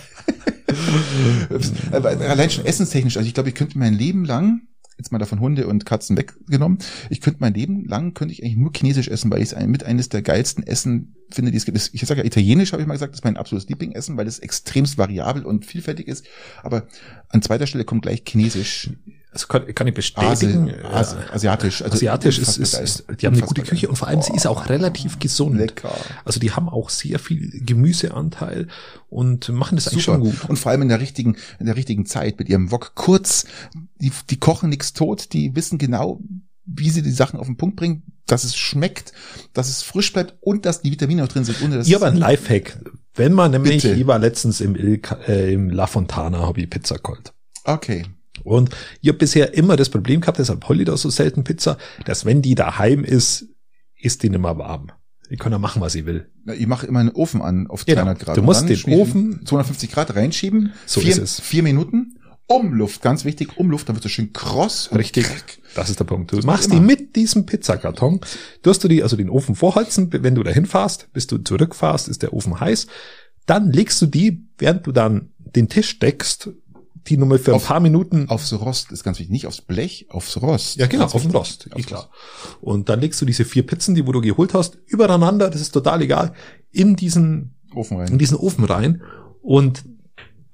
Speaker 2: Aber Allein schon essenstechnisch. Also ich glaube, ich könnte mein Leben lang, jetzt mal davon Hunde und Katzen weggenommen, ich könnte mein Leben lang, könnte ich eigentlich nur Chinesisch essen, weil ich es ein, mit eines der geilsten Essen finde, die es gibt. Ich sage ja, Italienisch habe ich mal gesagt, das ist mein absolutes Lieblingsessen, weil es extremst variabel und vielfältig ist. Aber an zweiter Stelle kommt gleich Chinesisch.
Speaker 1: Also kann, kann ich bestätigen.
Speaker 2: Asi
Speaker 1: äh,
Speaker 2: Asi asiatisch. Also
Speaker 1: Asiatisch ist,
Speaker 2: unfassbar
Speaker 1: ist,
Speaker 2: geil.
Speaker 1: ist, die haben eine
Speaker 2: Unfassbar
Speaker 1: gute
Speaker 2: geil.
Speaker 1: Küche und vor allem sie ist auch
Speaker 2: Boah,
Speaker 1: relativ gesund.
Speaker 2: Lecker.
Speaker 1: Also die haben auch sehr viel Gemüseanteil und machen das eigentlich
Speaker 2: Super.
Speaker 1: schon gut.
Speaker 2: Und vor allem in der richtigen, in der richtigen Zeit mit ihrem Wok kurz. Die, die kochen nichts tot. Die wissen genau, wie sie die Sachen auf den Punkt bringen, dass es schmeckt, dass es frisch bleibt und dass die Vitamine auch drin sind, ohne dass
Speaker 1: Ich habe ein Lifehack. Wenn man nämlich,
Speaker 2: Bitte.
Speaker 1: ich war letztens im, Il, äh, im La Fontana, habe ich Pizza geholt.
Speaker 2: Okay.
Speaker 1: Und ich habe bisher immer das Problem gehabt, deshalb hol ich da so selten Pizza, dass wenn die daheim ist, ist die nicht mehr warm. Ich kann da machen, was ich will.
Speaker 2: Na, Ich mache immer einen Ofen an auf
Speaker 1: Genau.
Speaker 2: 300 Grad.
Speaker 1: Du musst
Speaker 2: Und
Speaker 1: den
Speaker 2: schmieren,
Speaker 1: Ofen-
Speaker 2: 250 Grad reinschieben.
Speaker 1: So
Speaker 2: vier,
Speaker 1: ist es.
Speaker 2: Vier Minuten. Umluft, ganz wichtig, Umluft, dann wird es schön kross. und
Speaker 1: Richtig.
Speaker 2: krack.
Speaker 1: Das ist der Punkt. Du
Speaker 2: Das
Speaker 1: machst
Speaker 2: macht
Speaker 1: die
Speaker 2: immer.
Speaker 1: mit diesem Pizzakarton. Du hast du die, also den Ofen vorheizen, wenn du dahin fahrst, bis du zurückfährst, ist der Ofen heiß. Dann legst du die, während du dann den Tisch deckst, die nochmal für ein
Speaker 2: Auf-
Speaker 1: paar Minuten
Speaker 2: Aufs Rost, ist ganz wichtig. Nicht aufs Blech, aufs Rost.
Speaker 1: ja, genau,
Speaker 2: Ganz
Speaker 1: auf dem
Speaker 2: wichtig.
Speaker 1: Rost.
Speaker 2: Aufs
Speaker 1: Eh klar. Und dann legst du diese vier Pizzen, die wo du geholt hast, übereinander, das ist total egal, in diesen
Speaker 2: Ofen rein.
Speaker 1: in diesen Ofen rein und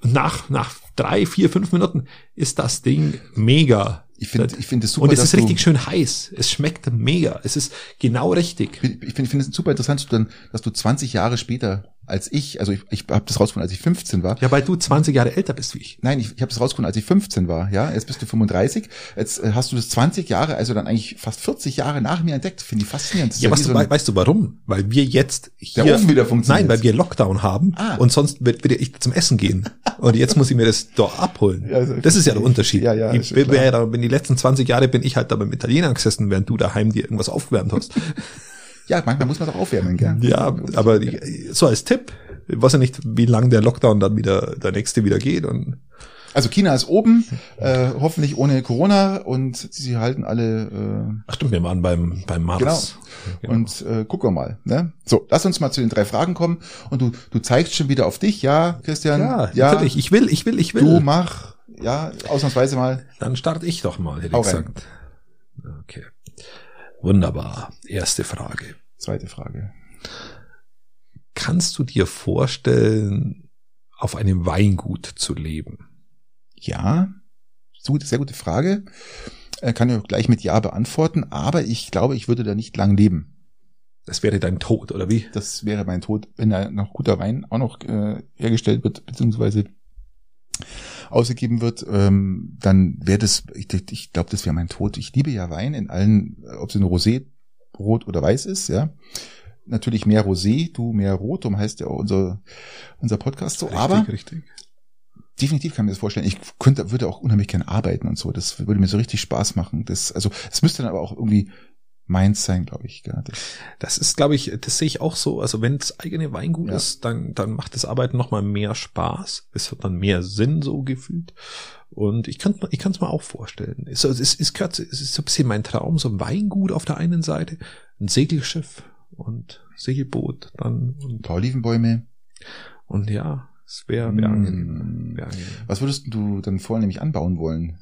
Speaker 1: nach, nach drei, vier, fünf Minuten ist das Ding mega.
Speaker 2: Ich finde, ich finde es super.
Speaker 1: und es
Speaker 2: dass
Speaker 1: ist richtig
Speaker 2: du,
Speaker 1: schön heiß. Es schmeckt mega. Es ist genau richtig.
Speaker 2: ich finde, ich finde es super interessant, dass du dann, dass du 20 Jahre später als ich, also ich, ich habe das rausgefunden, als ich 15 war.
Speaker 1: Ja, weil du 20 Jahre älter bist wie ich.
Speaker 2: Nein, ich, ich habe das rausgefunden, als ich 15 war. Ja, jetzt bist du 35. Jetzt äh, hast du das 20 Jahre, also dann eigentlich fast 40 Jahre nach mir entdeckt. Finde ich faszinierend. Das ist
Speaker 1: Ja, weißt
Speaker 2: wie
Speaker 1: du,
Speaker 2: so ein-
Speaker 1: wei- weißt du warum? Weil wir jetzt hier,
Speaker 2: Der Ofen wieder funktioniert.
Speaker 1: Nein, weil wir Lockdown haben
Speaker 2: Ah.
Speaker 1: und sonst wird wieder ich zum Essen gehen. Und jetzt muss ich mir das da abholen.
Speaker 2: Ja, also-
Speaker 1: das ist ja der Unterschied.
Speaker 2: Ja, ja, ist
Speaker 1: ich
Speaker 2: schon
Speaker 1: bin,
Speaker 2: klar.
Speaker 1: ja da, bin die letzten 20 Jahre bin ich halt da beim Italiener gesessen, während du daheim dir irgendwas aufgewärmt hast.
Speaker 2: ja, manchmal muss man doch aufwärmen, gell?
Speaker 1: ja, aber ich- so als Tipp, ich weiß ja nicht, wie lang der Lockdown dann wieder, der nächste wieder geht. Und
Speaker 2: Also China ist oben, äh, hoffentlich ohne Corona und sie halten alle.
Speaker 1: Ach stimmt, wir waren beim, beim Mars. Genau.
Speaker 2: Äh, und äh, gucken wir mal. Ne? So, lass uns mal zu den drei Fragen kommen. Und du, du zeigst schon wieder auf dich, ja, Christian?
Speaker 1: ja, ja, natürlich. Ich will, ich will, ich will.
Speaker 2: Du mach, ja, ausnahmsweise mal.
Speaker 1: Dann starte ich doch mal, hätte
Speaker 2: Hau
Speaker 1: ich
Speaker 2: rein.
Speaker 1: gesagt. Okay. Wunderbar. Erste Frage.
Speaker 2: Zweite Frage.
Speaker 1: Kannst du dir vorstellen, auf einem Weingut zu leben?
Speaker 2: Ja, so, sehr gute Frage. Äh, Kann ich auch gleich mit Ja beantworten, aber ich glaube, ich würde da nicht lang leben.
Speaker 1: Das wäre dein Tod, oder wie?
Speaker 2: das wäre mein Tod, wenn da noch guter Wein auch noch äh, hergestellt wird, beziehungsweise ausgegeben wird, ähm, dann wäre das, ich, ich glaube, das wäre mein Tod. Ich liebe ja Wein in allen, äh, ob es nur Rosé, Rot oder Weiß ist, ja. Natürlich mehr Rosé, du mehr Rot, um heißt ja auch unser, unser Podcast so, aber
Speaker 1: richtig.
Speaker 2: definitiv kann ich mir das vorstellen. Ich könnte, würde auch unheimlich gerne arbeiten und so. Das würde mir so richtig Spaß machen. Das, also, es müsste dann aber auch irgendwie meins sein, glaube ich. Gell? Das,
Speaker 1: Das ist, glaube ich, das sehe ich auch so. Also wenn das eigene Weingut
Speaker 2: Ja.
Speaker 1: ist, dann, dann macht das Arbeiten nochmal mehr Spaß. Es hat dann mehr Sinn so gefühlt. Und ich kann ich kann's mir auch vorstellen. Es, es, es, es, gehört, es ist so ein bisschen mein Traum, so ein Weingut auf der einen Seite, ein Segelschiff und Segelboot dann
Speaker 2: ein
Speaker 1: und,
Speaker 2: paar Olivenbäume.
Speaker 1: und ja, es wäre wär
Speaker 2: Mm.
Speaker 1: angenehm. Wär angenehm.
Speaker 2: Was würdest du dann vorher nämlich anbauen wollen?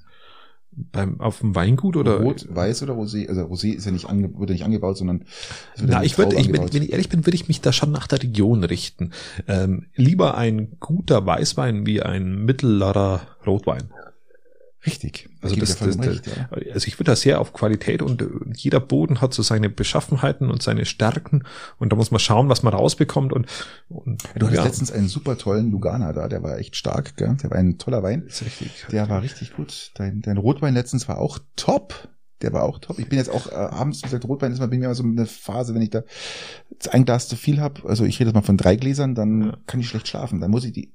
Speaker 1: Beim, auf dem Weingut oder?
Speaker 2: Rot, weiß oder Rosé? Also Rosé ist ja nicht ange wird ja nicht angebaut, sondern es wird ja
Speaker 1: Na,
Speaker 2: mit
Speaker 1: ich würde,
Speaker 2: Traube
Speaker 1: ich, wenn,
Speaker 2: angebaut.
Speaker 1: wenn ich ehrlich bin, würde ich mich da schon nach der Region richten. Ähm, lieber ein guter Weißwein wie ein mittlerer Rotwein.
Speaker 2: richtig. Da
Speaker 1: Also
Speaker 2: gebe
Speaker 1: das-
Speaker 2: ich dir vollkommen
Speaker 1: das-
Speaker 2: recht, ja.
Speaker 1: Also ich würde da sehr auf Qualität und äh, jeder Boden hat so seine Beschaffenheiten und seine Stärken und da muss man schauen, was man rausbekommt und, und
Speaker 2: Du hattest letztens einen super tollen Lugana da, der war echt stark, gell? der war ein toller Wein.
Speaker 1: ist richtig.
Speaker 2: Der war richtig gut. Dein, dein Rotwein letztens war auch top. Der war auch top. Ich bin jetzt auch äh, abends, wie gesagt, Rotwein ist mal bei mir immer so eine Phase, wenn ich da jetzt ein Glas zu viel habe, also ich rede jetzt mal von drei Gläsern, dann
Speaker 1: Ja.
Speaker 2: kann ich schlecht schlafen. Dann muss ich die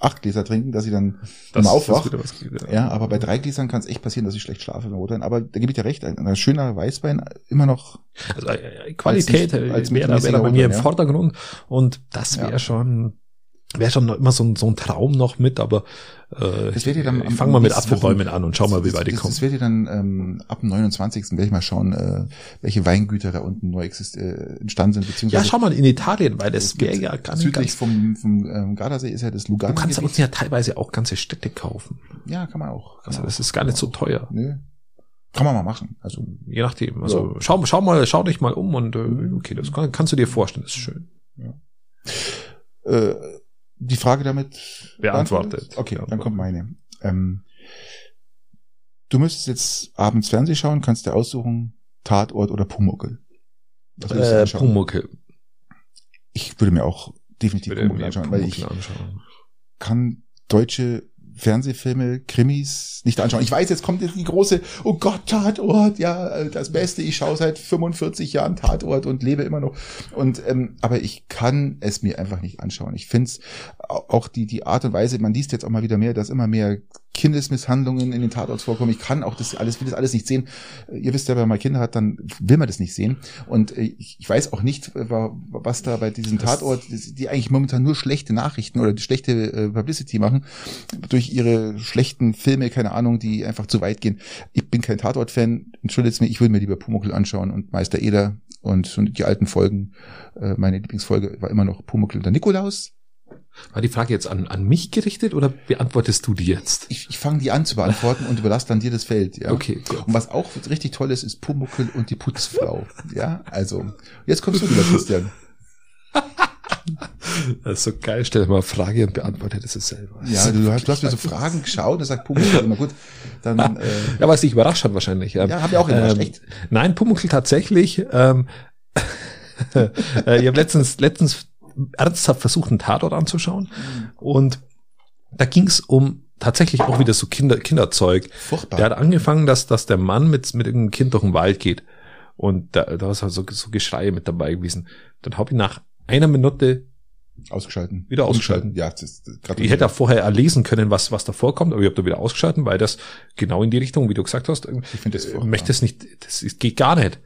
Speaker 2: acht Gläser trinken, dass ich dann
Speaker 1: das,
Speaker 2: mal aufwach.
Speaker 1: das wieder was gibt, ja.
Speaker 2: Ja, aber bei drei Gläsern kann es echt passieren, dass ich schlecht schlafe beim Rotwein. Aber da gebe ich dir recht, ein, ein schöner Weißwein immer noch.
Speaker 1: Also äh, äh, Qualität
Speaker 2: Als nicht-
Speaker 1: äh,
Speaker 2: als
Speaker 1: wäre da
Speaker 2: mittelmäßiger
Speaker 1: wäre da bei mir im
Speaker 2: Rotwein, ja.
Speaker 1: Vordergrund und das wäre
Speaker 2: Ja.
Speaker 1: schon wäre schon noch immer so ein, so ein Traum noch mit, aber äh,
Speaker 2: Das wird ja dann
Speaker 1: ich
Speaker 2: am-
Speaker 1: fang mal mit
Speaker 2: nächstes
Speaker 1: Apfelbäumen an und schau mal, wie
Speaker 2: Das-
Speaker 1: weit ich
Speaker 2: das,
Speaker 1: komme.
Speaker 2: das werde ich dann ähm, ab dem 29. werde ich mal schauen, äh, welche Weingüter da unten neu exist äh, entstanden sind, beziehungsweise
Speaker 1: Ja, schau mal in Italien, weil das
Speaker 2: es gibt
Speaker 1: wäre ja gar nicht
Speaker 2: südlich
Speaker 1: ganz,
Speaker 2: vom, vom ähm, Gardasee ist ja das
Speaker 1: Du
Speaker 2: Lugano.
Speaker 1: kannst uns ja teilweise auch ganze Städte kaufen.
Speaker 2: ja, kann man auch. Kann
Speaker 1: Also
Speaker 2: man
Speaker 1: das ist gar nicht so teuer.
Speaker 2: auch. Nö. Kann man mal machen. Also
Speaker 1: Je nachdem. Also schau, schau mal, schau dich mal um und äh,
Speaker 2: Mhm.
Speaker 1: okay, das kann, kannst du dir vorstellen, das ist schön.
Speaker 2: äh, die Frage damit
Speaker 1: Beantwortet.
Speaker 2: Okay, dann
Speaker 1: Beantwortet.
Speaker 2: kommt meine. Ähm, du müsstest jetzt abends Fernsehen schauen, kannst dir aussuchen, Tatort oder Pumuckel. Was würdest du
Speaker 1: Äh,
Speaker 2: anschauen?
Speaker 1: Pumuckl.
Speaker 2: ich würde mir auch definitiv
Speaker 1: Würde
Speaker 2: Pumuckl
Speaker 1: mir
Speaker 2: anschauen, weil
Speaker 1: Pumuckl
Speaker 2: ich
Speaker 1: anschauen.
Speaker 2: kann deutsche Fernsehfilme, Krimis nicht anschauen. Ich weiß, jetzt kommt jetzt die große, oh Gott, Tatort, ja, äh, das Beste, ich schaue seit 45 Jahren Tatort und lebe immer noch. Und ähm, aber ich kann es mir einfach nicht anschauen. Ich finde es auch die, die Art und Weise, man liest jetzt auch mal wieder mehr, dass immer mehr Kindesmisshandlungen in den Tatorts vorkommen. Ich kann auch das alles, will das alles nicht sehen. Äh, Ihr wisst ja, wenn man Kinder hat, dann will man das nicht sehen. Und äh, ich, ich weiß auch nicht, äh, wa- was da bei diesem
Speaker 1: Das-
Speaker 2: Tatort, das- die eigentlich momentan nur schlechte Nachrichten oder die schlechte äh, Publicity machen, durch ihre schlechten Filme, keine Ahnung, die einfach zu weit gehen. Ich bin kein Tatort-Fan, entschuldigt mir, ich würde mir lieber Pumuckl anschauen und Meister Eder und, und die alten Folgen. Äh, meine Lieblingsfolge war immer noch Pumuckl und der Nikolaus.
Speaker 1: War die Frage jetzt an, an mich gerichtet oder beantwortest du die jetzt?
Speaker 2: Ich, ich fange die an zu beantworten und überlasse dann dir das Feld. Ja?
Speaker 1: Okay, gut.
Speaker 2: Und was auch richtig toll ist, ist Pumuckel und die Putzfrau. ja, also jetzt kommst du wieder, Christian.
Speaker 1: Das ist so Also geil. Stell dir mal eine Frage und beantwortet es selber.
Speaker 2: Ja, du, hast- du hast mir so Fragen geschaut und sagt Pumuckel immer gut. Dann äh,
Speaker 1: Ja, was dich überrascht hat wahrscheinlich.
Speaker 2: ja, hab ich auch überrascht,
Speaker 1: Ähm,
Speaker 2: echt.
Speaker 1: Nein, Pumuckl tatsächlich. Ähm, äh, ich habe letztens, letztens ernsthaft versucht, einen Tatort anzuschauen. Und da ging es um tatsächlich auch wieder so Kinder, Kinderzeug.
Speaker 2: furchtbar.
Speaker 1: Der hat angefangen, dass, dass der Mann mit, mit irgendeinem Kind durch den Wald geht. Und da, da ist halt so, so Geschrei mit dabei gewesen. Dann habe ich nach einer Minute,
Speaker 2: ausgeschalten.
Speaker 1: Wieder ausgeschalten.
Speaker 2: Ja, das ist das- gerade
Speaker 1: ich hätte da vorher lesen können, was, was da vorkommt, aber ich habe da wieder ausgeschalten, weil das genau in die Richtung, wie du gesagt hast,
Speaker 2: ich finde das
Speaker 1: möchte es nicht, das ist- geht gar nicht.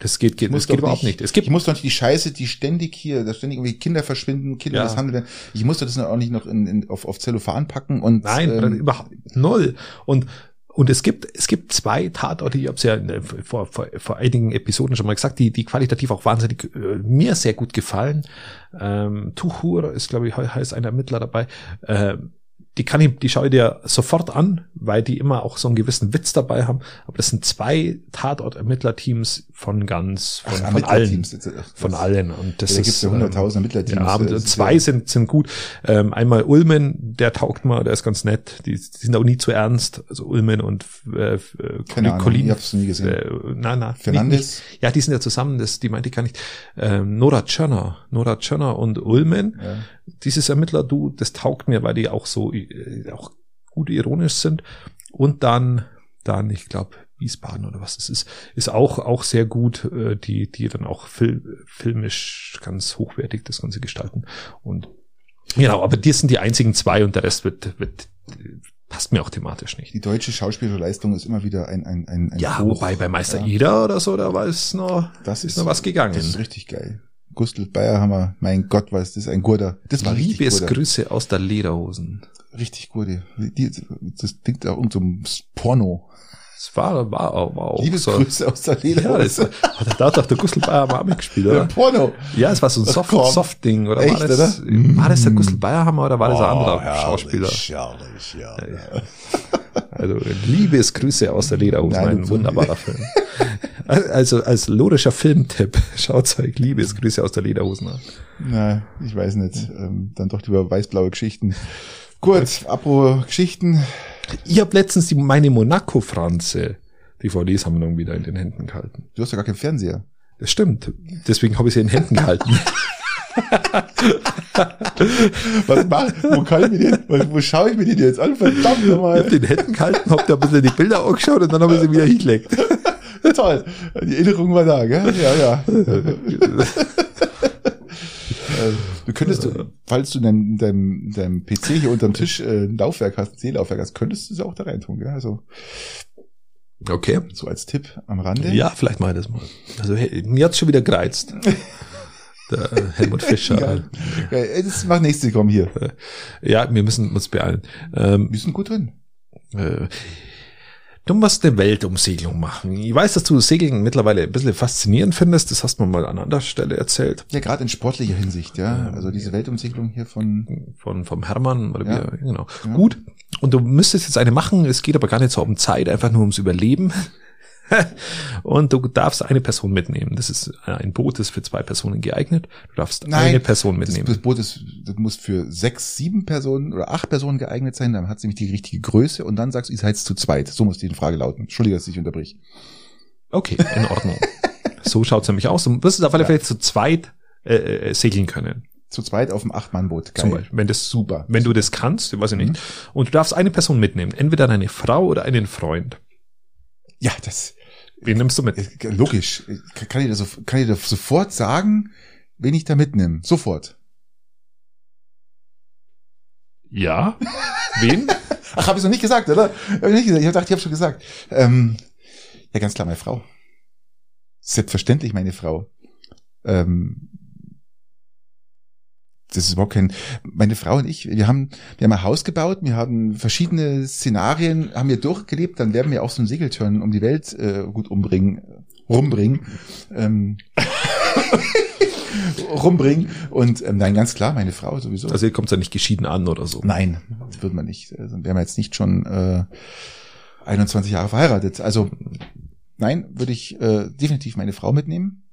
Speaker 1: Das geht, geht,
Speaker 2: muss
Speaker 1: das geht
Speaker 2: doch
Speaker 1: überhaupt nicht.
Speaker 2: nicht-
Speaker 1: Es
Speaker 2: Ich
Speaker 1: gibt,
Speaker 2: muss doch nicht die Scheiße, die ständig hier, da ständig irgendwie Kinder verschwinden, Kinder
Speaker 1: Ja.
Speaker 2: misshandelt werden. Ich muss doch das auch nicht noch in, in, auf, auf Zellophan packen und
Speaker 1: nein,
Speaker 2: ähm,
Speaker 1: überhaupt null. Und, und es gibt, es gibt zwei Tatorte, ich habe es ja in, äh, vor, vor, vor einigen Episoden schon mal gesagt, die, die qualitativ auch wahnsinnig äh, mir sehr gut gefallen. Ähm, Tuchur ist, glaube ich, he- heißt ein Ermittler dabei. Ähm, die kann ich, die schaue ich dir sofort an, weil die immer auch so einen gewissen Witz dabei haben. Aber das sind zwei Tatort-Ermittlerteams von ganz, von, von allen.
Speaker 2: Ermittlerteams. Ach,
Speaker 1: Von
Speaker 2: das-
Speaker 1: allen. Und das
Speaker 2: Da
Speaker 1: ist,
Speaker 2: gibt's ja also
Speaker 1: ähm,
Speaker 2: hunderttausend
Speaker 1: Ja,
Speaker 2: Ermittlerteams.
Speaker 1: aber
Speaker 2: Das ist
Speaker 1: zwei
Speaker 2: ja-
Speaker 1: sind, sind gut. Ähm, einmal Ulmen, der taugt mal, der ist ganz nett. Die, die sind auch nie zu ernst. Also Ulmen und äh, äh,
Speaker 2: Keine Ahnung,
Speaker 1: Colin.
Speaker 2: ich hab's nie gesehen.
Speaker 1: Äh, nein, nein.
Speaker 2: Fernandes?
Speaker 1: Nicht, nicht. Ja, die sind ja zusammen, das, die meinte ich gar nicht. Ähm, Nora Tschörner. Nora Tschörner und Ulmen.
Speaker 2: Ja.
Speaker 1: Dieses Ermittler-Du, das taugt mir, weil die auch so äh, auch gut ironisch sind. Und dann, dann, ich glaube, Wiesbaden oder was es ist, ist auch, auch sehr gut, äh, die, die dann auch fil filmisch ganz hochwertig das Ganze gestalten. Und genau, aber die sind die einzigen zwei und der Rest wird, wird passt mir auch thematisch nicht.
Speaker 2: Die deutsche schauspielerische Leistung ist immer wieder ein, ein, ein, ein
Speaker 1: Ja,
Speaker 2: Hoch.
Speaker 1: wobei bei Meister
Speaker 2: Ja.
Speaker 1: Eder oder so, da war es noch,
Speaker 2: Das
Speaker 1: ist
Speaker 2: ist,
Speaker 1: noch was gegangen.
Speaker 2: das ist richtig geil. Gustl Bayerhammer, mein Gott, was, das ist ein Gurder. Das war richtig Gurder.
Speaker 1: Liebesgrüße aus der Lederhosen.
Speaker 2: Richtig Gurder. Die, das klingt auch irgend so ein Porno.
Speaker 1: Es war, war, auch- war auch so.
Speaker 2: Liebesgrüße aus der Leder.
Speaker 1: Ja, das, hat- da hat doch der Gustl-Bayer mal mitgespielt,
Speaker 2: ein
Speaker 1: oder?
Speaker 2: Porno.
Speaker 1: Ja, es war so ein Soft,
Speaker 2: komm.
Speaker 1: Soft-Ding, oder? war,
Speaker 2: Echt,
Speaker 1: das,
Speaker 2: oder? Mm.
Speaker 1: war das der Gustl Bayerhammer oder war das ein anderer
Speaker 2: Oh, herrlich,
Speaker 1: Schauspieler?
Speaker 2: Herrlich, ja.
Speaker 1: Also Liebesgrüße aus der Lederhose,
Speaker 2: Nein,
Speaker 1: ein
Speaker 2: du-
Speaker 1: wunderbarer Film. Also als logischer Filmtipp, schaut euch Liebesgrüße aus der Lederhosen an.
Speaker 2: Na, ich weiß nicht. Ähm, dann doch lieber weißblaue Geschichten. Kurz, apropos Geschichten.
Speaker 1: Ich habe letztens die, meine Monaco-Franze, DVDs haben wir nun wieder in den Händen gehalten.
Speaker 2: Du hast ja gar keinen Fernseher.
Speaker 1: Das stimmt. Deswegen habe ich sie in den Händen gehalten.
Speaker 2: Was mach, wo kann ich mir den, wo, wo schaue ich mir den jetzt an? Verdammt
Speaker 1: Ich habe
Speaker 2: nochmal.
Speaker 1: den in den Händen gehalten, habe da ein bisschen die Bilder angeschaut und dann habe ich sie wieder hingelegt.
Speaker 2: Toll. Die Erinnerung war da, gell? Ja, ja. Äh, Du könntest, du, falls du dein, dein, dein PC hier unterm Tisch äh, ein Laufwerk hast, ein C-Laufwerk hast, könntest du es auch da reintun, gell? Also,
Speaker 1: Okay.
Speaker 2: so als Tipp am Rande.
Speaker 1: Ja, vielleicht mal das mal. Also hey, mir hat's schon wieder gereizt. Der äh, Helmut Fischer.
Speaker 2: Geil. Geil. Ey, Das Äh, macht nächste kommen hier.
Speaker 1: ja, wir müssen uns beeilen. Ähm,
Speaker 2: Wir sind gut drin.
Speaker 1: äh, du musst eine Weltumsegelung machen. Ich weiß, dass du Segeln mittlerweile ein bisschen faszinierend findest. Das hast du mir mal an anderer Stelle erzählt.
Speaker 2: Ja, gerade in sportlicher Hinsicht, ja. Also diese Weltumsegelung hier von
Speaker 1: Von, vom Hermann oder wie,
Speaker 2: Ja. Mhm.
Speaker 1: er- genau.
Speaker 2: Ja.
Speaker 1: Gut. Und du müsstest jetzt eine machen. Es geht aber gar nicht so um Zeit, einfach nur ums Überleben. Und du darfst eine Person mitnehmen. Das ist ein Boot, das ist für zwei Personen geeignet. Du darfst
Speaker 2: Nein,
Speaker 1: eine Person
Speaker 2: Das,
Speaker 1: mitnehmen.
Speaker 2: das Boot ist, das muss für sechs, sieben Personen oder acht Personen geeignet sein, dann hat es nämlich die richtige Größe und dann sagst du, ihr seid zu zweit. So muss die Frage lauten. Entschuldige, dass ich unterbrich.
Speaker 1: Okay, in Ordnung. so schaut's nämlich aus. Du wirst es auf alle
Speaker 2: Ja.
Speaker 1: Fälle zu zweit äh, äh, segeln können.
Speaker 2: Zu zweit auf dem Acht-Mann-Boot. Geil.
Speaker 1: Zum Beispiel, wenn das super, wenn du das kannst, ich weiß ich nicht.
Speaker 2: Mhm.
Speaker 1: Und du darfst eine Person mitnehmen, entweder deine Frau oder einen Freund.
Speaker 2: Ja, das
Speaker 1: Wen nimmst du mit?
Speaker 2: ist logisch. Ich Kann dir das, so- kann dir das sofort sagen, wen ich da mitnehme. Sofort.
Speaker 1: Ja. Wen?
Speaker 2: Ach, habe ich noch nicht gesagt, oder? Hab ich nicht gesagt. Ich hab gedacht, ich habe schon gesagt. Ähm, ja, ganz klar, meine Frau. Selbstverständlich meine Frau. Ähm, das ist überhaupt kein. Meine Frau und ich, wir haben, wir haben ein Haus gebaut, wir haben verschiedene Szenarien, haben wir durchgelebt, dann werden wir auch so einen Segeltörn um die Welt äh, gut umbringen, rumbringen. Ähm, rumbringen. Und ähm, nein, ganz klar, meine Frau sowieso.
Speaker 1: Also ihr kommt ja nicht geschieden an oder so.
Speaker 2: Nein, das würde man nicht. Also wären wir jetzt nicht schon äh, 21 Jahre verheiratet. Also nein, würde ich äh, definitiv meine Frau mitnehmen.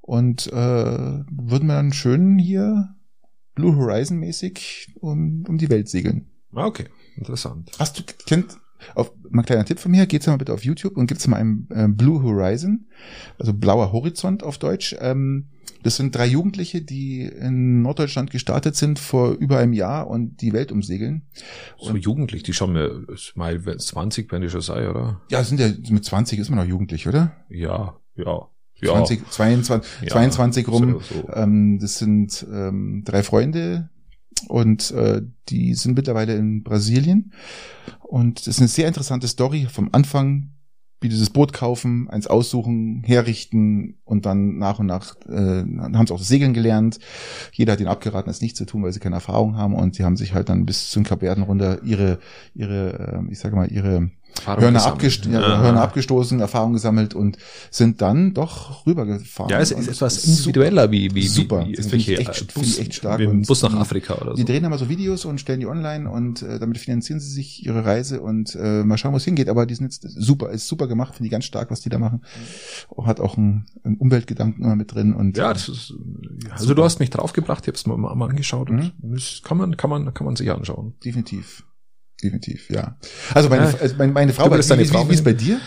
Speaker 2: Und äh, würden wir dann schön hier Blue Horizon mäßig um, um die Welt segeln.
Speaker 1: Ah, Okay, interessant.
Speaker 2: Hast du kennt auf mal ein kleiner Tipp von mir, geht's mal bitte auf YouTube und gibt's mal einen äh, Blue Horizon, also blauer Horizont auf Deutsch. Ähm, das sind drei Jugendliche, die in Norddeutschland gestartet sind vor über einem Jahr und die Welt umsegeln.
Speaker 1: So jugendlich, die schauen mir mal 20, wenn ich schon sei, oder?
Speaker 2: Ja, sind ja mit 20 ist man noch jugendlich, oder?
Speaker 1: Ja, ja. ja.
Speaker 2: 20, 22,
Speaker 1: Ja.
Speaker 2: 22 rum.
Speaker 1: So, so.
Speaker 2: Ähm, das sind ähm, drei Freunde und äh, die sind mittlerweile in Brasilien. Und das ist eine sehr interessante Story vom Anfang wie dieses Boot kaufen, eins aussuchen, herrichten und dann nach und nach äh, haben sie auch das Segeln gelernt. Jeder hat ihnen abgeraten, es nicht zu tun, weil sie keine Erfahrung haben und sie haben sich halt dann bis zum Kapverden runter ihre, ihre, äh, ich sage mal, ihre
Speaker 1: Erfahrung
Speaker 2: Hörner,
Speaker 1: gesammelt.
Speaker 2: abgesto ja.
Speaker 1: Ja.
Speaker 2: Hörner abgestoßen, Erfahrung gesammelt und sind dann doch rübergefahren.
Speaker 1: Ja, es ist
Speaker 2: Und
Speaker 1: etwas
Speaker 2: super.
Speaker 1: individueller wie, wie,
Speaker 2: Super.
Speaker 1: wie, wie
Speaker 2: Das finde ich
Speaker 1: irgendwelche,
Speaker 2: echt-
Speaker 1: äh,
Speaker 2: finde ich echt stark,
Speaker 1: Wie ein
Speaker 2: wenn's
Speaker 1: Bus nach
Speaker 2: die-
Speaker 1: Afrika oder
Speaker 2: Die
Speaker 1: so.
Speaker 2: drehen dann mal so Videos und stellen die online und äh, damit finanzieren sie sich ihre Reise und äh, mal schauen, wo es hingeht. Aber die sind jetzt super, ist super gemacht, finde ich ganz stark, was die da machen. Hat auch einen, einen Umweltgedanken immer mit drin und
Speaker 1: Ja, das ist, ja, also du hast mich draufgebracht, ich hab's mir mal, mal angeschaut und das kann man, kann man, kann man sich anschauen.
Speaker 2: definitiv. Definitiv, ja. Also meine,
Speaker 1: Ja.
Speaker 2: also meine, meine Frau,
Speaker 1: Du bist
Speaker 2: wie,
Speaker 1: deine
Speaker 2: wie,
Speaker 1: Frau
Speaker 2: wie ist bei dir?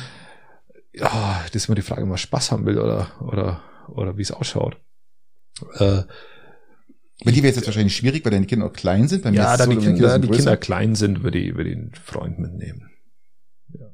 Speaker 1: Ja, das ist immer die Frage, ob man Spaß haben will oder, oder, oder wie es ausschaut. Äh,
Speaker 2: Bei dir wäre es jetzt wahrscheinlich schwierig, weil deine Kinder auch klein sind. Bei mir ist
Speaker 1: ja,
Speaker 2: es
Speaker 1: da
Speaker 2: so,
Speaker 1: die
Speaker 2: meine
Speaker 1: Kinder,
Speaker 2: sind
Speaker 1: die
Speaker 2: größer.
Speaker 1: Kinder klein sind, würde ich, würde ich einen Freund mitnehmen. Ja,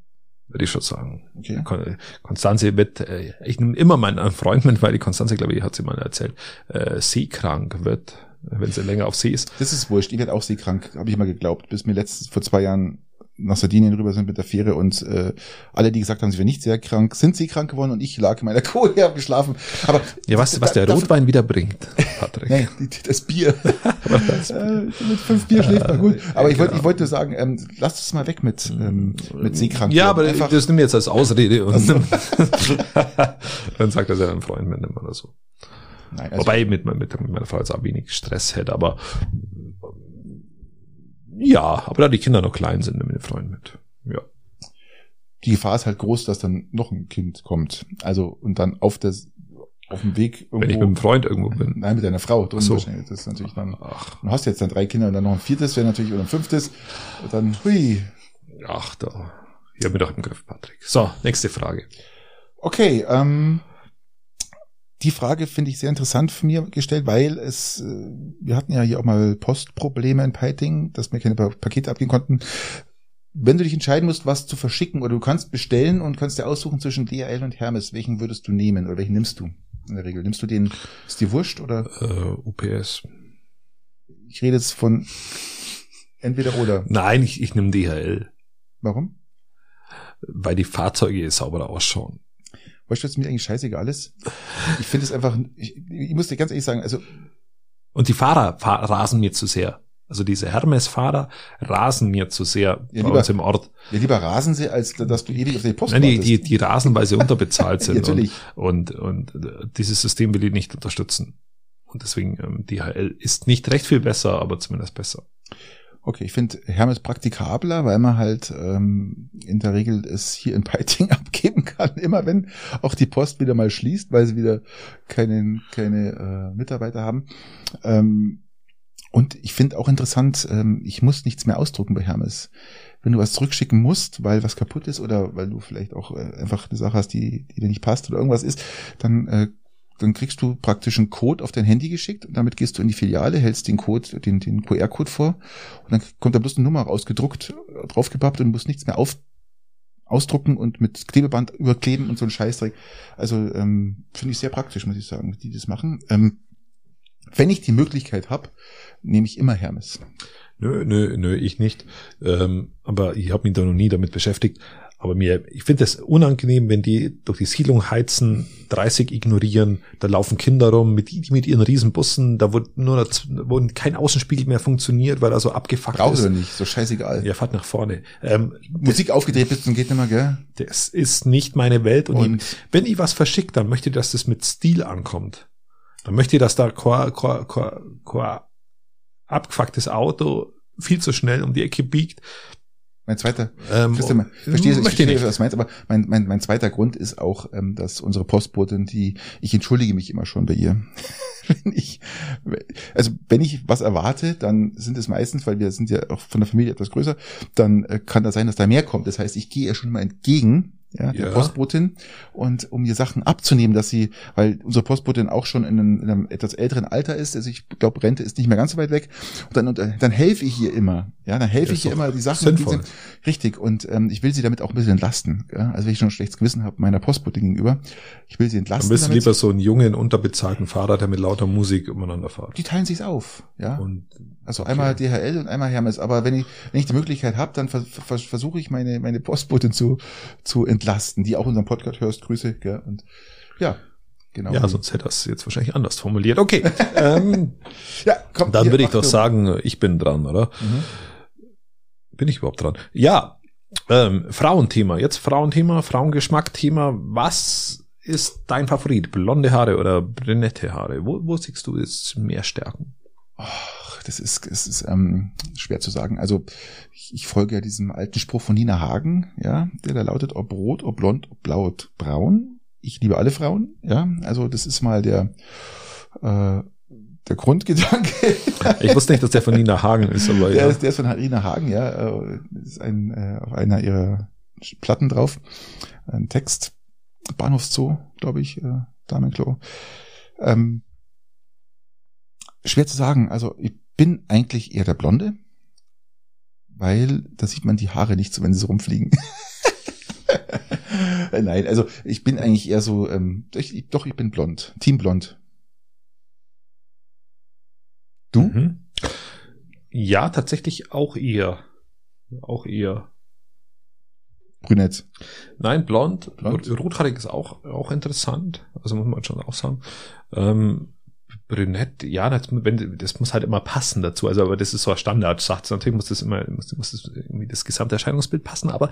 Speaker 1: würde ich schon sagen.
Speaker 2: Okay.
Speaker 1: Kon- Konstanze wird, äh, ich nehme immer meinen Freund mit, weil die Konstanze, glaube ich, hat sie mal erzählt, äh, seekrank wird, wenn sie länger auf See ist.
Speaker 2: Das ist wurscht. Ich werde auch seekrank, habe ich mal geglaubt, bis mir letztens vor zwei Jahren nach Sardinien rüber sind mit der Fähre und äh, alle, die gesagt haben, sie wären nicht sehr krank, sind seekrank geworden und ich lag in meiner Koje, habe geschlafen. Aber
Speaker 1: Ja, was, was der
Speaker 2: da-
Speaker 1: Rotwein wieder bringt, Patrick.
Speaker 2: Nee, die- die- das Bier. Äh, mit fünf Bier schläft man gut. Aber ich wollte ich wollte nur sagen, ähm, lasst es mal weg mit, ähm, mit seekrank.
Speaker 1: Ja, aber
Speaker 2: werden. einfach, Also-
Speaker 1: das nimm ich jetzt als Ausrede und dann sagt er seinen Freund mit immer oder so.
Speaker 2: nein, also,
Speaker 1: Wobei ich mit, mein- mit, mit meiner Frau jetzt auch wenig Stress hätte, aber ja, aber da die Kinder noch klein sind, nimm den Freund mit. Ja.
Speaker 2: die Gefahr ist halt groß, dass dann noch ein Kind kommt. Also und dann auf der auf dem Weg irgendwo.
Speaker 1: Wenn ich mit dem Freund irgendwo bin.
Speaker 2: nein, mit deiner Frau. drin
Speaker 1: Ach so.
Speaker 2: wahrscheinlich. Das ist natürlich dann.
Speaker 1: Ach,
Speaker 2: Du hast jetzt dann drei Kinder und dann noch ein viertes, wäre natürlich, oder ein fünftes. Und dann, hui.
Speaker 1: ach da. Ich hab mich doch im Griff, Patrick. So, nächste Frage.
Speaker 2: Okay, ähm, die Frage finde ich sehr interessant von mir gestellt, weil es, äh, wir hatten ja hier auch mal Postprobleme in Peiting, dass wir keine pa Pakete abgeben konnten. Wenn du dich entscheiden musst, was zu verschicken, oder du kannst bestellen und kannst dir aussuchen zwischen DHL und Hermes, welchen würdest du nehmen oder welchen nimmst du? In der Regel. Nimmst du den, ist dir wurscht oder
Speaker 1: Äh, UPS.
Speaker 2: ich rede jetzt von entweder oder.
Speaker 1: Nein, ich, ich nehme DHL,
Speaker 2: Warum?
Speaker 1: weil die Fahrzeuge sauberer ausschauen.
Speaker 2: Weißt du, was mir eigentlich scheißegal ist? Ich finde es einfach, ich, ich muss dir ganz ehrlich sagen, also
Speaker 1: Und die Fahrer fa rasen mir zu sehr. Also diese Hermes-Fahrer rasen mir zu sehr
Speaker 2: Ja,
Speaker 1: bei
Speaker 2: lieber-
Speaker 1: uns im Ort.
Speaker 2: Ja, lieber rasen sie, als dass du ewig auf die Post
Speaker 1: Nein, die,
Speaker 2: wartest.
Speaker 1: die, die rasen, weil sie unterbezahlt
Speaker 2: Ja,
Speaker 1: sind.
Speaker 2: Natürlich.
Speaker 1: Und, und, und dieses System will ich nicht unterstützen. Und deswegen, ähm, DHL ist nicht recht viel besser, aber zumindest besser.
Speaker 2: Okay, ich finde Hermes praktikabler, weil man halt ähm, in der Regel es hier in Peiting abgeben kann, immer wenn auch die Post wieder mal schließt, weil sie wieder keine, keine äh, Mitarbeiter haben. Ähm, und ich finde auch interessant, ähm, ich muss nichts mehr ausdrucken bei Hermes. Wenn du was zurückschicken musst, weil was kaputt ist oder weil du vielleicht auch äh, einfach eine Sache hast, die, die dir nicht passt oder irgendwas ist, dann äh, dann kriegst du praktisch einen Code auf dein Handy geschickt und damit gehst du in die Filiale, hältst den Code, den, den QR-Code vor und dann kommt da bloß eine Nummer rausgedruckt, äh, draufgepappt und musst nichts mehr auf, ausdrucken und mit Klebeband überkleben und so ein Scheißdreck. Also ähm, finde ich sehr praktisch, muss ich sagen, die das machen. Ähm, wenn ich die Möglichkeit habe, nehme ich immer Hermes.
Speaker 1: Nö, nö, nö, ich nicht. Ähm, aber ich habe mich da noch nie damit beschäftigt. Aber mir, ich finde es unangenehm, wenn die durch die Siedlung heizen, 30 ignorieren, da laufen Kinder rum mit, mit ihren Riesenbussen, da wurde nur daz- wurden kein Außenspiegel mehr funktioniert, weil er so abgefuckt
Speaker 2: Brauchst
Speaker 1: ist.
Speaker 2: du nicht, so scheißegal.
Speaker 1: Ja, fahrt nach vorne. Ähm,
Speaker 2: Musik aufgedreht bist und geht nimmer, gell?
Speaker 1: das ist nicht meine Welt und, ich,
Speaker 2: Und
Speaker 1: wenn ich was verschicke, dann möchte ich, dass das mit Stil ankommt. Dann möchte ich, dass da kein, kein, kein, kein abgefucktes Auto viel zu schnell um die Ecke biegt.
Speaker 2: mein zweiter
Speaker 1: Ähm,
Speaker 2: Christian, ich verstehe, ich
Speaker 1: möchte
Speaker 2: verstehe,
Speaker 1: ich nicht.
Speaker 2: was du meinst, aber mein, mein, mein zweiter Grund ist auch, ähm, dass unsere Postbotin, die, ich entschuldige mich immer schon bei ihr. wenn ich, also wenn ich was erwarte, dann sind es meistens, weil wir sind ja auch von der Familie etwas größer, dann äh, kann das sein, dass da mehr kommt. Das heißt, ich gehe ihr schon mal entgegen. Ja, der
Speaker 1: Ja.
Speaker 2: Postbotin und um ihr Sachen abzunehmen, dass sie, weil unsere Postbotin auch schon in einem, in einem etwas älteren Alter ist, also ich glaube, Rente ist nicht mehr ganz so weit weg, und dann, und äh, dann helfe ich ihr immer, ja, dann helfe
Speaker 1: Das
Speaker 2: ich
Speaker 1: ist doch
Speaker 2: ihr immer, die Sachen, die
Speaker 1: Sinnvoll.
Speaker 2: sind, Richtig, und ähm, ich will sie damit auch ein bisschen entlasten. Ja? Also wenn ich schon ein schlechtes Gewissen habe meiner Postbote gegenüber, ich will sie
Speaker 1: Am
Speaker 2: entlasten.
Speaker 1: besten
Speaker 2: damit.
Speaker 1: lieber so einen jungen, unterbezahlten Fahrer, der mit lauter Musik umeinander fährt.
Speaker 2: die teilen sich's auf, ja.
Speaker 1: Und
Speaker 2: also
Speaker 1: okay.
Speaker 2: einmal DHL und einmal Hermes. Aber wenn ich, wenn ich die Möglichkeit habe, dann ver ver versuche ich meine, meine Postbotin zu, zu entlasten, die auch unseren Podcast hörst. Grüße, gell? Und ja, genau.
Speaker 1: Ja, also, sonst hätte er es jetzt wahrscheinlich anders formuliert. Okay, ähm,
Speaker 2: Ja, komm,
Speaker 1: dann
Speaker 2: hier,
Speaker 1: würde ich doch
Speaker 2: Achtung.
Speaker 1: sagen, ich bin dran, oder?
Speaker 2: Mhm.
Speaker 1: Bin ich überhaupt dran? Ja, ähm, Frauenthema. Jetzt Frauenthema, Frauengeschmackthema. Was ist dein Favorit? Blonde Haare oder brünette Haare? Wo, wo siehst du jetzt mehr Stärken?
Speaker 2: Ach, das ist, es ist ähm, schwer zu sagen. Also ich, ich folge ja diesem alten Spruch von Nina Hagen, ja, der da lautet, ob rot, ob blond, ob blau, ob braun. Ich liebe alle Frauen, ja. Also das ist mal der äh, der Grundgedanke.
Speaker 1: Ich wusste nicht, dass der von Nina Hagen ist, aber
Speaker 2: Der,
Speaker 1: ja.
Speaker 2: ist, der ist von Nina Hagen, ja. äh, Ist ein, äh, auf einer ihrer Sch- Platten drauf. Ein Text. Bahnhofszoo, glaube ich, äh, Damenklo. Ähm, schwer zu sagen. Also ich bin eigentlich eher der Blonde, weil da sieht man die Haare nicht so, wenn sie so rumfliegen. Nein, also ich bin eigentlich eher so, ähm, ich, ich- doch, ich bin blond. Team blond. Du?
Speaker 1: Mhm. Ja, tatsächlich auch eher. Auch eher.
Speaker 2: Brünett.
Speaker 1: Nein, blond.
Speaker 2: Blond.
Speaker 1: Rot- Rothaarig ist auch, auch interessant. Also muss man schon auch sagen. Ähm, brünett, ja, das, wenn, das muss halt immer passen dazu. Also, aber das ist so ein Standard. Sagt natürlich muss das immer, muss, muss das irgendwie das gesamte Erscheinungsbild passen. Aber,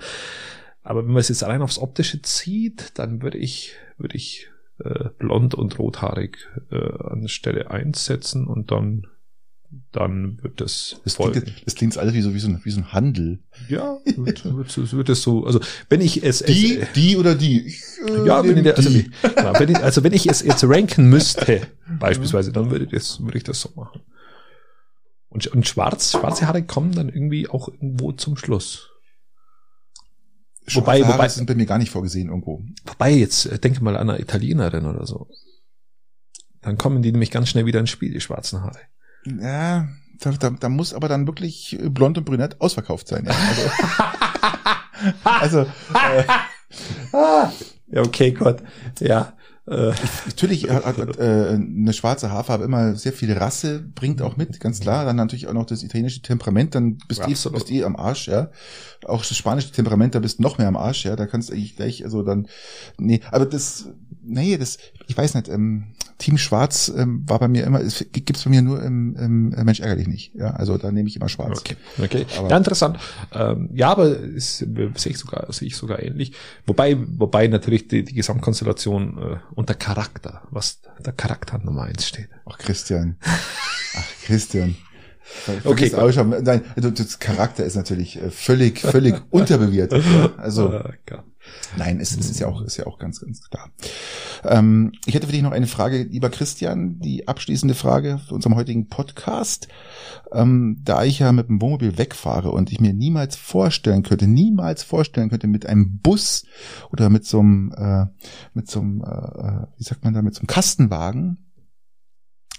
Speaker 1: aber wenn man es jetzt allein aufs Optische zieht, dann würde ich, würde ich äh, blond und rothaarig äh, an Stelle 1 setzen und dann, dann wird das,
Speaker 2: Das
Speaker 1: folgen.
Speaker 2: klingt, das klingt alles wie so, wie so, ein, wie so ein Handel.
Speaker 1: Ja, wird, wird, wird es so. Also wenn ich es, es
Speaker 2: die oder die? Ich, äh,
Speaker 1: ja, wenn
Speaker 2: nehm
Speaker 1: ich, der- also,
Speaker 2: die.
Speaker 1: ja, wenn ich, also wenn ich es jetzt ranken müsste, beispielsweise, dann würde ich das, würde ich das so machen. Und, und schwarz, schwarze Haare kommen dann irgendwie auch irgendwo zum Schluss.
Speaker 2: Schwarze
Speaker 1: wobei-
Speaker 2: Haare
Speaker 1: wobei-
Speaker 2: sind bei mir gar nicht vorgesehen irgendwo.
Speaker 1: Wobei, jetzt äh, denke mal an eine Italienerin oder so. Dann kommen die nämlich ganz schnell wieder ins Spiel, die schwarzen Haare.
Speaker 2: Ja, da, da, da muss aber dann wirklich blond und brünett ausverkauft sein. Ja. Also, also äh,
Speaker 1: Ja, okay, Gott. Ja. Äh,
Speaker 2: natürlich hat, hat, hat äh, eine schwarze Haarfarbe immer sehr viel Rasse, bringt auch mit, ganz klar. Dann natürlich auch noch das italienische Temperament, dann bist du eh-
Speaker 1: Absolut.
Speaker 2: bist eh am Arsch, ja. Auch das spanische Temperament, da bist du noch mehr am Arsch, ja. Da kannst du eigentlich gleich, also dann, nee, aber das, nee, das, ich weiß nicht, ähm, Team Schwarz ähm, war bei mir immer, es gibt's bei mir nur im, im äh, Mensch ärgerlich nicht, ja. Also da nehme ich immer Schwarz.
Speaker 1: Okay, okay.
Speaker 2: Aber-
Speaker 1: ja, interessant. Ähm, ja, aber es, äh, sehe ich sogar, sehe ich sogar ähnlich. Wobei, wobei natürlich die, die Gesamtkonstellation äh, unter Charakter, was der Charakter Nummer eins steht.
Speaker 2: Ach, Christian. Ach, Christian. Ver-
Speaker 1: Okay,
Speaker 2: vergiss auch schon. Nein, also das Charakter ist natürlich äh, völlig, völlig unterbewertet. ja. Also,
Speaker 1: Äh, ja.
Speaker 2: nein, es, es ist ja auch, ist ja auch ganz, ganz klar. Ähm, ich hätte für dich noch eine Frage, lieber Christian, die abschließende Frage für unserem heutigen Podcast. Ähm, da ich ja mit dem Wohnmobil wegfahre und ich mir niemals vorstellen könnte, niemals vorstellen könnte, mit einem Bus oder mit so einem, äh, mit so einem, äh, wie sagt man da, mit so einem Kastenwagen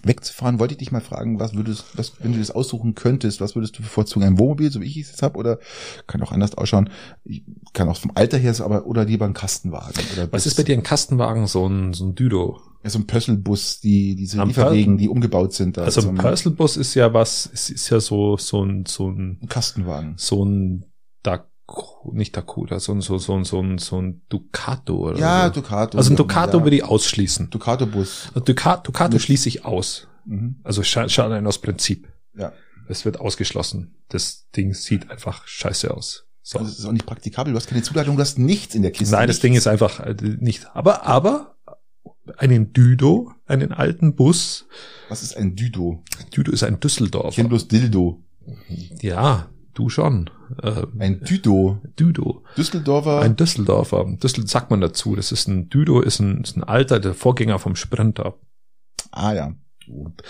Speaker 2: wegzufahren, wollte ich dich mal fragen, was würdest, was, wenn du das aussuchen könntest, was würdest du bevorzugen, ein Wohnmobil, so wie ich es jetzt habe, oder kann auch anders ausschauen, ich kann auch vom Alter her, so, aber oder lieber ein Kastenwagen oder
Speaker 1: Was
Speaker 2: Bus.
Speaker 1: ist bei dir ein Kastenwagen, so ein, so ein Düdo?
Speaker 2: Ja, so ein Pösselbus, die diese
Speaker 1: Am
Speaker 2: Lieferwegen, die umgebaut sind. Da
Speaker 1: Also ein
Speaker 2: zum-
Speaker 1: Purcelbus ist ja was, es ist ja so, so ein, so ein,
Speaker 2: ein Kastenwagen.
Speaker 1: so ein Daco, nicht Dakota, so ein, so, so, ein- so ein, so ein Ducato oder
Speaker 2: Ja,
Speaker 1: so.
Speaker 2: Ducato. genau,
Speaker 1: Also ein Ducato
Speaker 2: ja.
Speaker 1: würde ich ausschließen.
Speaker 2: Ducato-Bus.
Speaker 1: Ducato, Ducato
Speaker 2: Mit-
Speaker 1: schließe ich aus.
Speaker 2: Mhm.
Speaker 1: Also scha- schaut einen aus Prinzip.
Speaker 2: Ja.
Speaker 1: Es wird ausgeschlossen. Das Ding sieht einfach scheiße aus. So.
Speaker 2: Also es ist auch nicht praktikabel. Du hast keine Zuladung, du hast nichts in der Kiste.
Speaker 1: Nein, das
Speaker 2: Nichts.
Speaker 1: Ding ist einfach äh, nicht. Aber, aber einen Düdo, einen alten Bus.
Speaker 2: Was ist ein Düdo?
Speaker 1: Düdo ist ein
Speaker 2: Ich kenne
Speaker 1: Düsseldorfer.
Speaker 2: bloß Dildo.
Speaker 1: Ja, du schon. Ähm,
Speaker 2: Ein Düdo.
Speaker 1: Düdo.
Speaker 2: Düsseldorfer.
Speaker 1: Ein Düsseldorfer. Düssel sagt man dazu. Das ist ein Düdo, ist ein, ist ein alter, der Vorgänger vom Sprinter.
Speaker 2: ah ja.
Speaker 1: Und,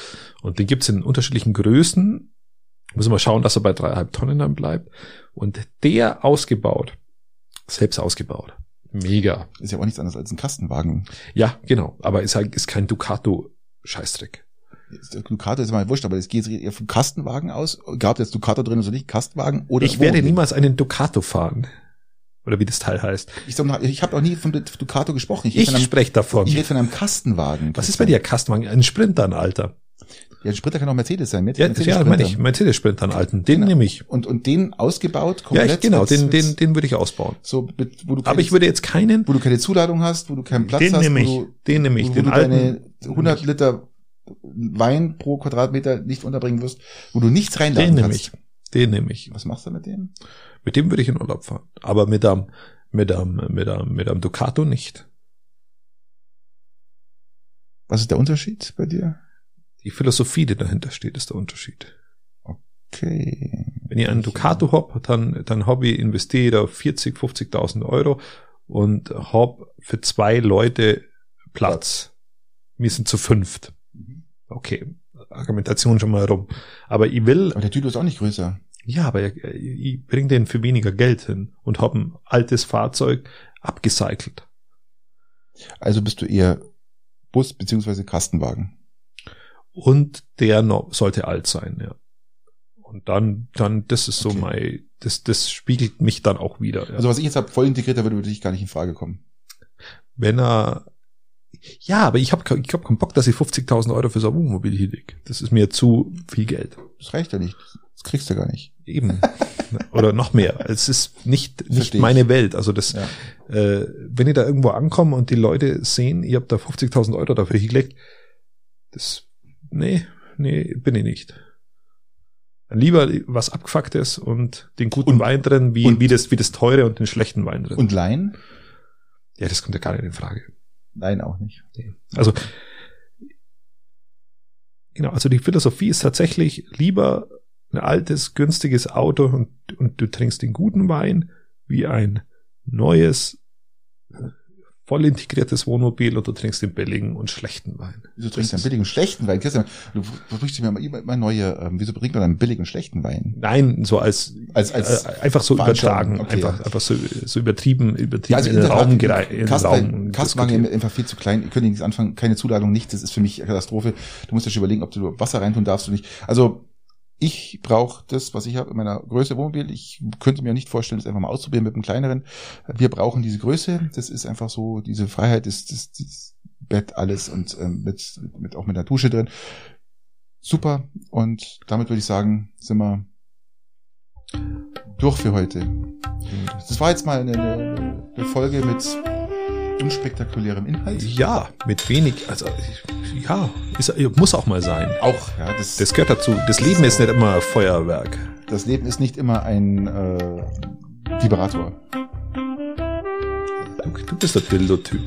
Speaker 1: und den gibt's in unterschiedlichen Größen. Müssen wir schauen, dass er bei dreieinhalb Tonnen dann bleibt. Und der ausgebaut, selbst ausgebaut. Mega.
Speaker 2: Ist ja auch nichts anderes als ein Kastenwagen.
Speaker 1: Ja, genau. Aber ist halt ist kein Ducato-Scheißdreck.
Speaker 2: Ist- Ducato ist mal wurscht, aber es geht eher vom Kastenwagen aus. Gab jetzt Ducato drin oder nicht? Kastenwagen oder
Speaker 1: Ich werde
Speaker 2: Wohnmobil?
Speaker 1: niemals einen Ducato fahren. Oder wie das Teil heißt.
Speaker 2: Ich, sag noch- ich habe auch nie von Ducato gesprochen. Ich,
Speaker 1: Ich
Speaker 2: rede von einem,
Speaker 1: spreche davon.
Speaker 2: ich rede von einem Kastenwagen.
Speaker 1: Was ist bei dir, Kastenwagen? Ein Sprinter, ein Alter.
Speaker 2: Ja, ein Sprinter kann auch Mercedes sein, mit.
Speaker 1: Ja,
Speaker 2: Mercedes
Speaker 1: ja meine ich,
Speaker 2: Sprinter.
Speaker 1: Mercedes-Sprinter, einen alten, den
Speaker 2: Genau.
Speaker 1: nehme ich.
Speaker 2: Und, und den ausgebaut,
Speaker 1: Ja,
Speaker 2: komplett.
Speaker 1: ich, genau,
Speaker 2: mit-
Speaker 1: den,
Speaker 2: mit-
Speaker 1: den, den würde ich ausbauen.
Speaker 2: So, mit, wo du
Speaker 1: Aber
Speaker 2: keine-
Speaker 1: ich würde jetzt keinen,
Speaker 2: wo du keine Zuladung hast, wo du keinen Platz
Speaker 1: den
Speaker 2: hast,
Speaker 1: nehme ich,
Speaker 2: wo du,
Speaker 1: den nehme ich,
Speaker 2: wo du
Speaker 1: den
Speaker 2: deine
Speaker 1: alten,
Speaker 2: 100 Liter Wein pro Quadratmeter nicht unterbringen wirst, wo du nichts reinladen
Speaker 1: den nehme
Speaker 2: kannst.
Speaker 1: ich, den nehme ich.
Speaker 2: Was machst du mit dem?
Speaker 1: Mit dem würde ich in Urlaub fahren. Aber mit einem, mit einem, mit einem, mit einem Ducato nicht.
Speaker 2: Was ist der Unterschied bei dir?
Speaker 1: Die Philosophie, die dahinter steht, ist der Unterschied.
Speaker 2: Okay.
Speaker 1: Wenn ich einen Ducato hab, dann, dann hab ich investiere ich da 40, 50.000 Euro und hab für zwei Leute Platz. Wir sind zu fünft. Okay. Argumentation schon mal rum. Aber ich will,
Speaker 2: Aber der Tüto ist auch nicht größer.
Speaker 1: ja, aber ich, ich bringe den für weniger Geld hin und hab ein altes Fahrzeug abgecycelt.
Speaker 2: Also bist du eher Bus beziehungsweise Kastenwagen.
Speaker 1: Und der noch, sollte alt sein, ja. Und dann, dann, das ist so
Speaker 2: Okay.
Speaker 1: mein, das, das spiegelt mich dann auch wieder. Ja.
Speaker 2: Also was ich jetzt habe, voll integrierter würde würde ich gar nicht in Frage kommen.
Speaker 1: wenn er ja, aber ich hab ich hab keinen Bock, dass ich 50.000 Euro für so ein Wohnmobil hinlege. Das ist mir zu viel Geld.
Speaker 2: Das reicht ja nicht. Das kriegst du gar nicht.
Speaker 1: Eben. Oder noch mehr. Es ist nicht, nicht
Speaker 2: Versteh ich.
Speaker 1: meine Welt. Also das,
Speaker 2: Ja.
Speaker 1: äh, wenn ich da irgendwo ankomme und die Leute sehen, ihr habt da 50.000 Euro dafür hingelegt, das, nee, nee, bin ich nicht. Lieber was abgefucktes und den guten
Speaker 2: Und-
Speaker 1: Wein drin, wie,
Speaker 2: und-
Speaker 1: wie das, wie das teure und den schlechten Wein drin.
Speaker 2: Und Laien?
Speaker 1: ja, das kommt ja gar nicht in Frage.
Speaker 2: Nein, auch nicht.
Speaker 1: Also genau, also die Philosophie ist tatsächlich lieber ein altes, günstiges Auto und, und du trinkst den guten Wein wie ein neues, voll integriertes Wohnmobil und du trinkst den billigen und schlechten Wein.
Speaker 2: Wieso trinkst
Speaker 1: Das
Speaker 2: du einen
Speaker 1: ist-
Speaker 2: billigen und schlechten Wein? Christian, du versprichst mir immer, immer, immer neue, ähm, wieso trinkt man einen billigen und schlechten Wein?
Speaker 1: Nein, so als,
Speaker 2: Als- als
Speaker 1: äh, einfach so
Speaker 2: Veranschaulichung.
Speaker 1: übertragen,
Speaker 2: Okay,
Speaker 1: einfach,
Speaker 2: ja.
Speaker 1: einfach so, so übertrieben, übertrieben
Speaker 2: Ja, also in
Speaker 1: in den
Speaker 2: der Tat,
Speaker 1: Raum gerei- äh, in den
Speaker 2: Kasten,
Speaker 1: Raum
Speaker 2: Kastenwagen
Speaker 1: diskutiert.
Speaker 2: ist einfach viel zu klein. Ich könnte nichts anfangen. Keine Zuladung, nichts. Das ist für mich eine Katastrophe. Du musst dir schon überlegen, ob du Wasser reintun darfst oder nicht. Also, ich brauche das, was ich habe in meiner Größe Wohnmobil. Ich könnte mir nicht vorstellen, das einfach mal auszuprobieren mit einem kleineren. Wir brauchen diese Größe. Das ist einfach so, diese Freiheit ist das, das Bett, alles und ähm, mit, mit, auch mit einer Dusche drin. Super. Und damit würde ich sagen, sind wir durch für heute. Das war jetzt mal eine, eine, eine Folge mit unspektakulärem Inhalt.
Speaker 1: Ja, mit wenig, also ja, ist, muss auch mal sein.
Speaker 2: Auch, ja, das, das,
Speaker 1: Das gehört dazu. Das Leben ist nicht immer Feuerwerk.
Speaker 2: das Leben ist nicht immer ein äh, Vibrator.
Speaker 1: Du, du bist der Dildo-Typ.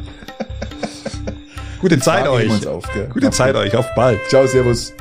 Speaker 1: Gute Zeit
Speaker 2: Da heben wir
Speaker 1: euch.
Speaker 2: Uns auf, gell?
Speaker 1: Gute Zeit euch. Auf bald.
Speaker 2: Ciao, Servus.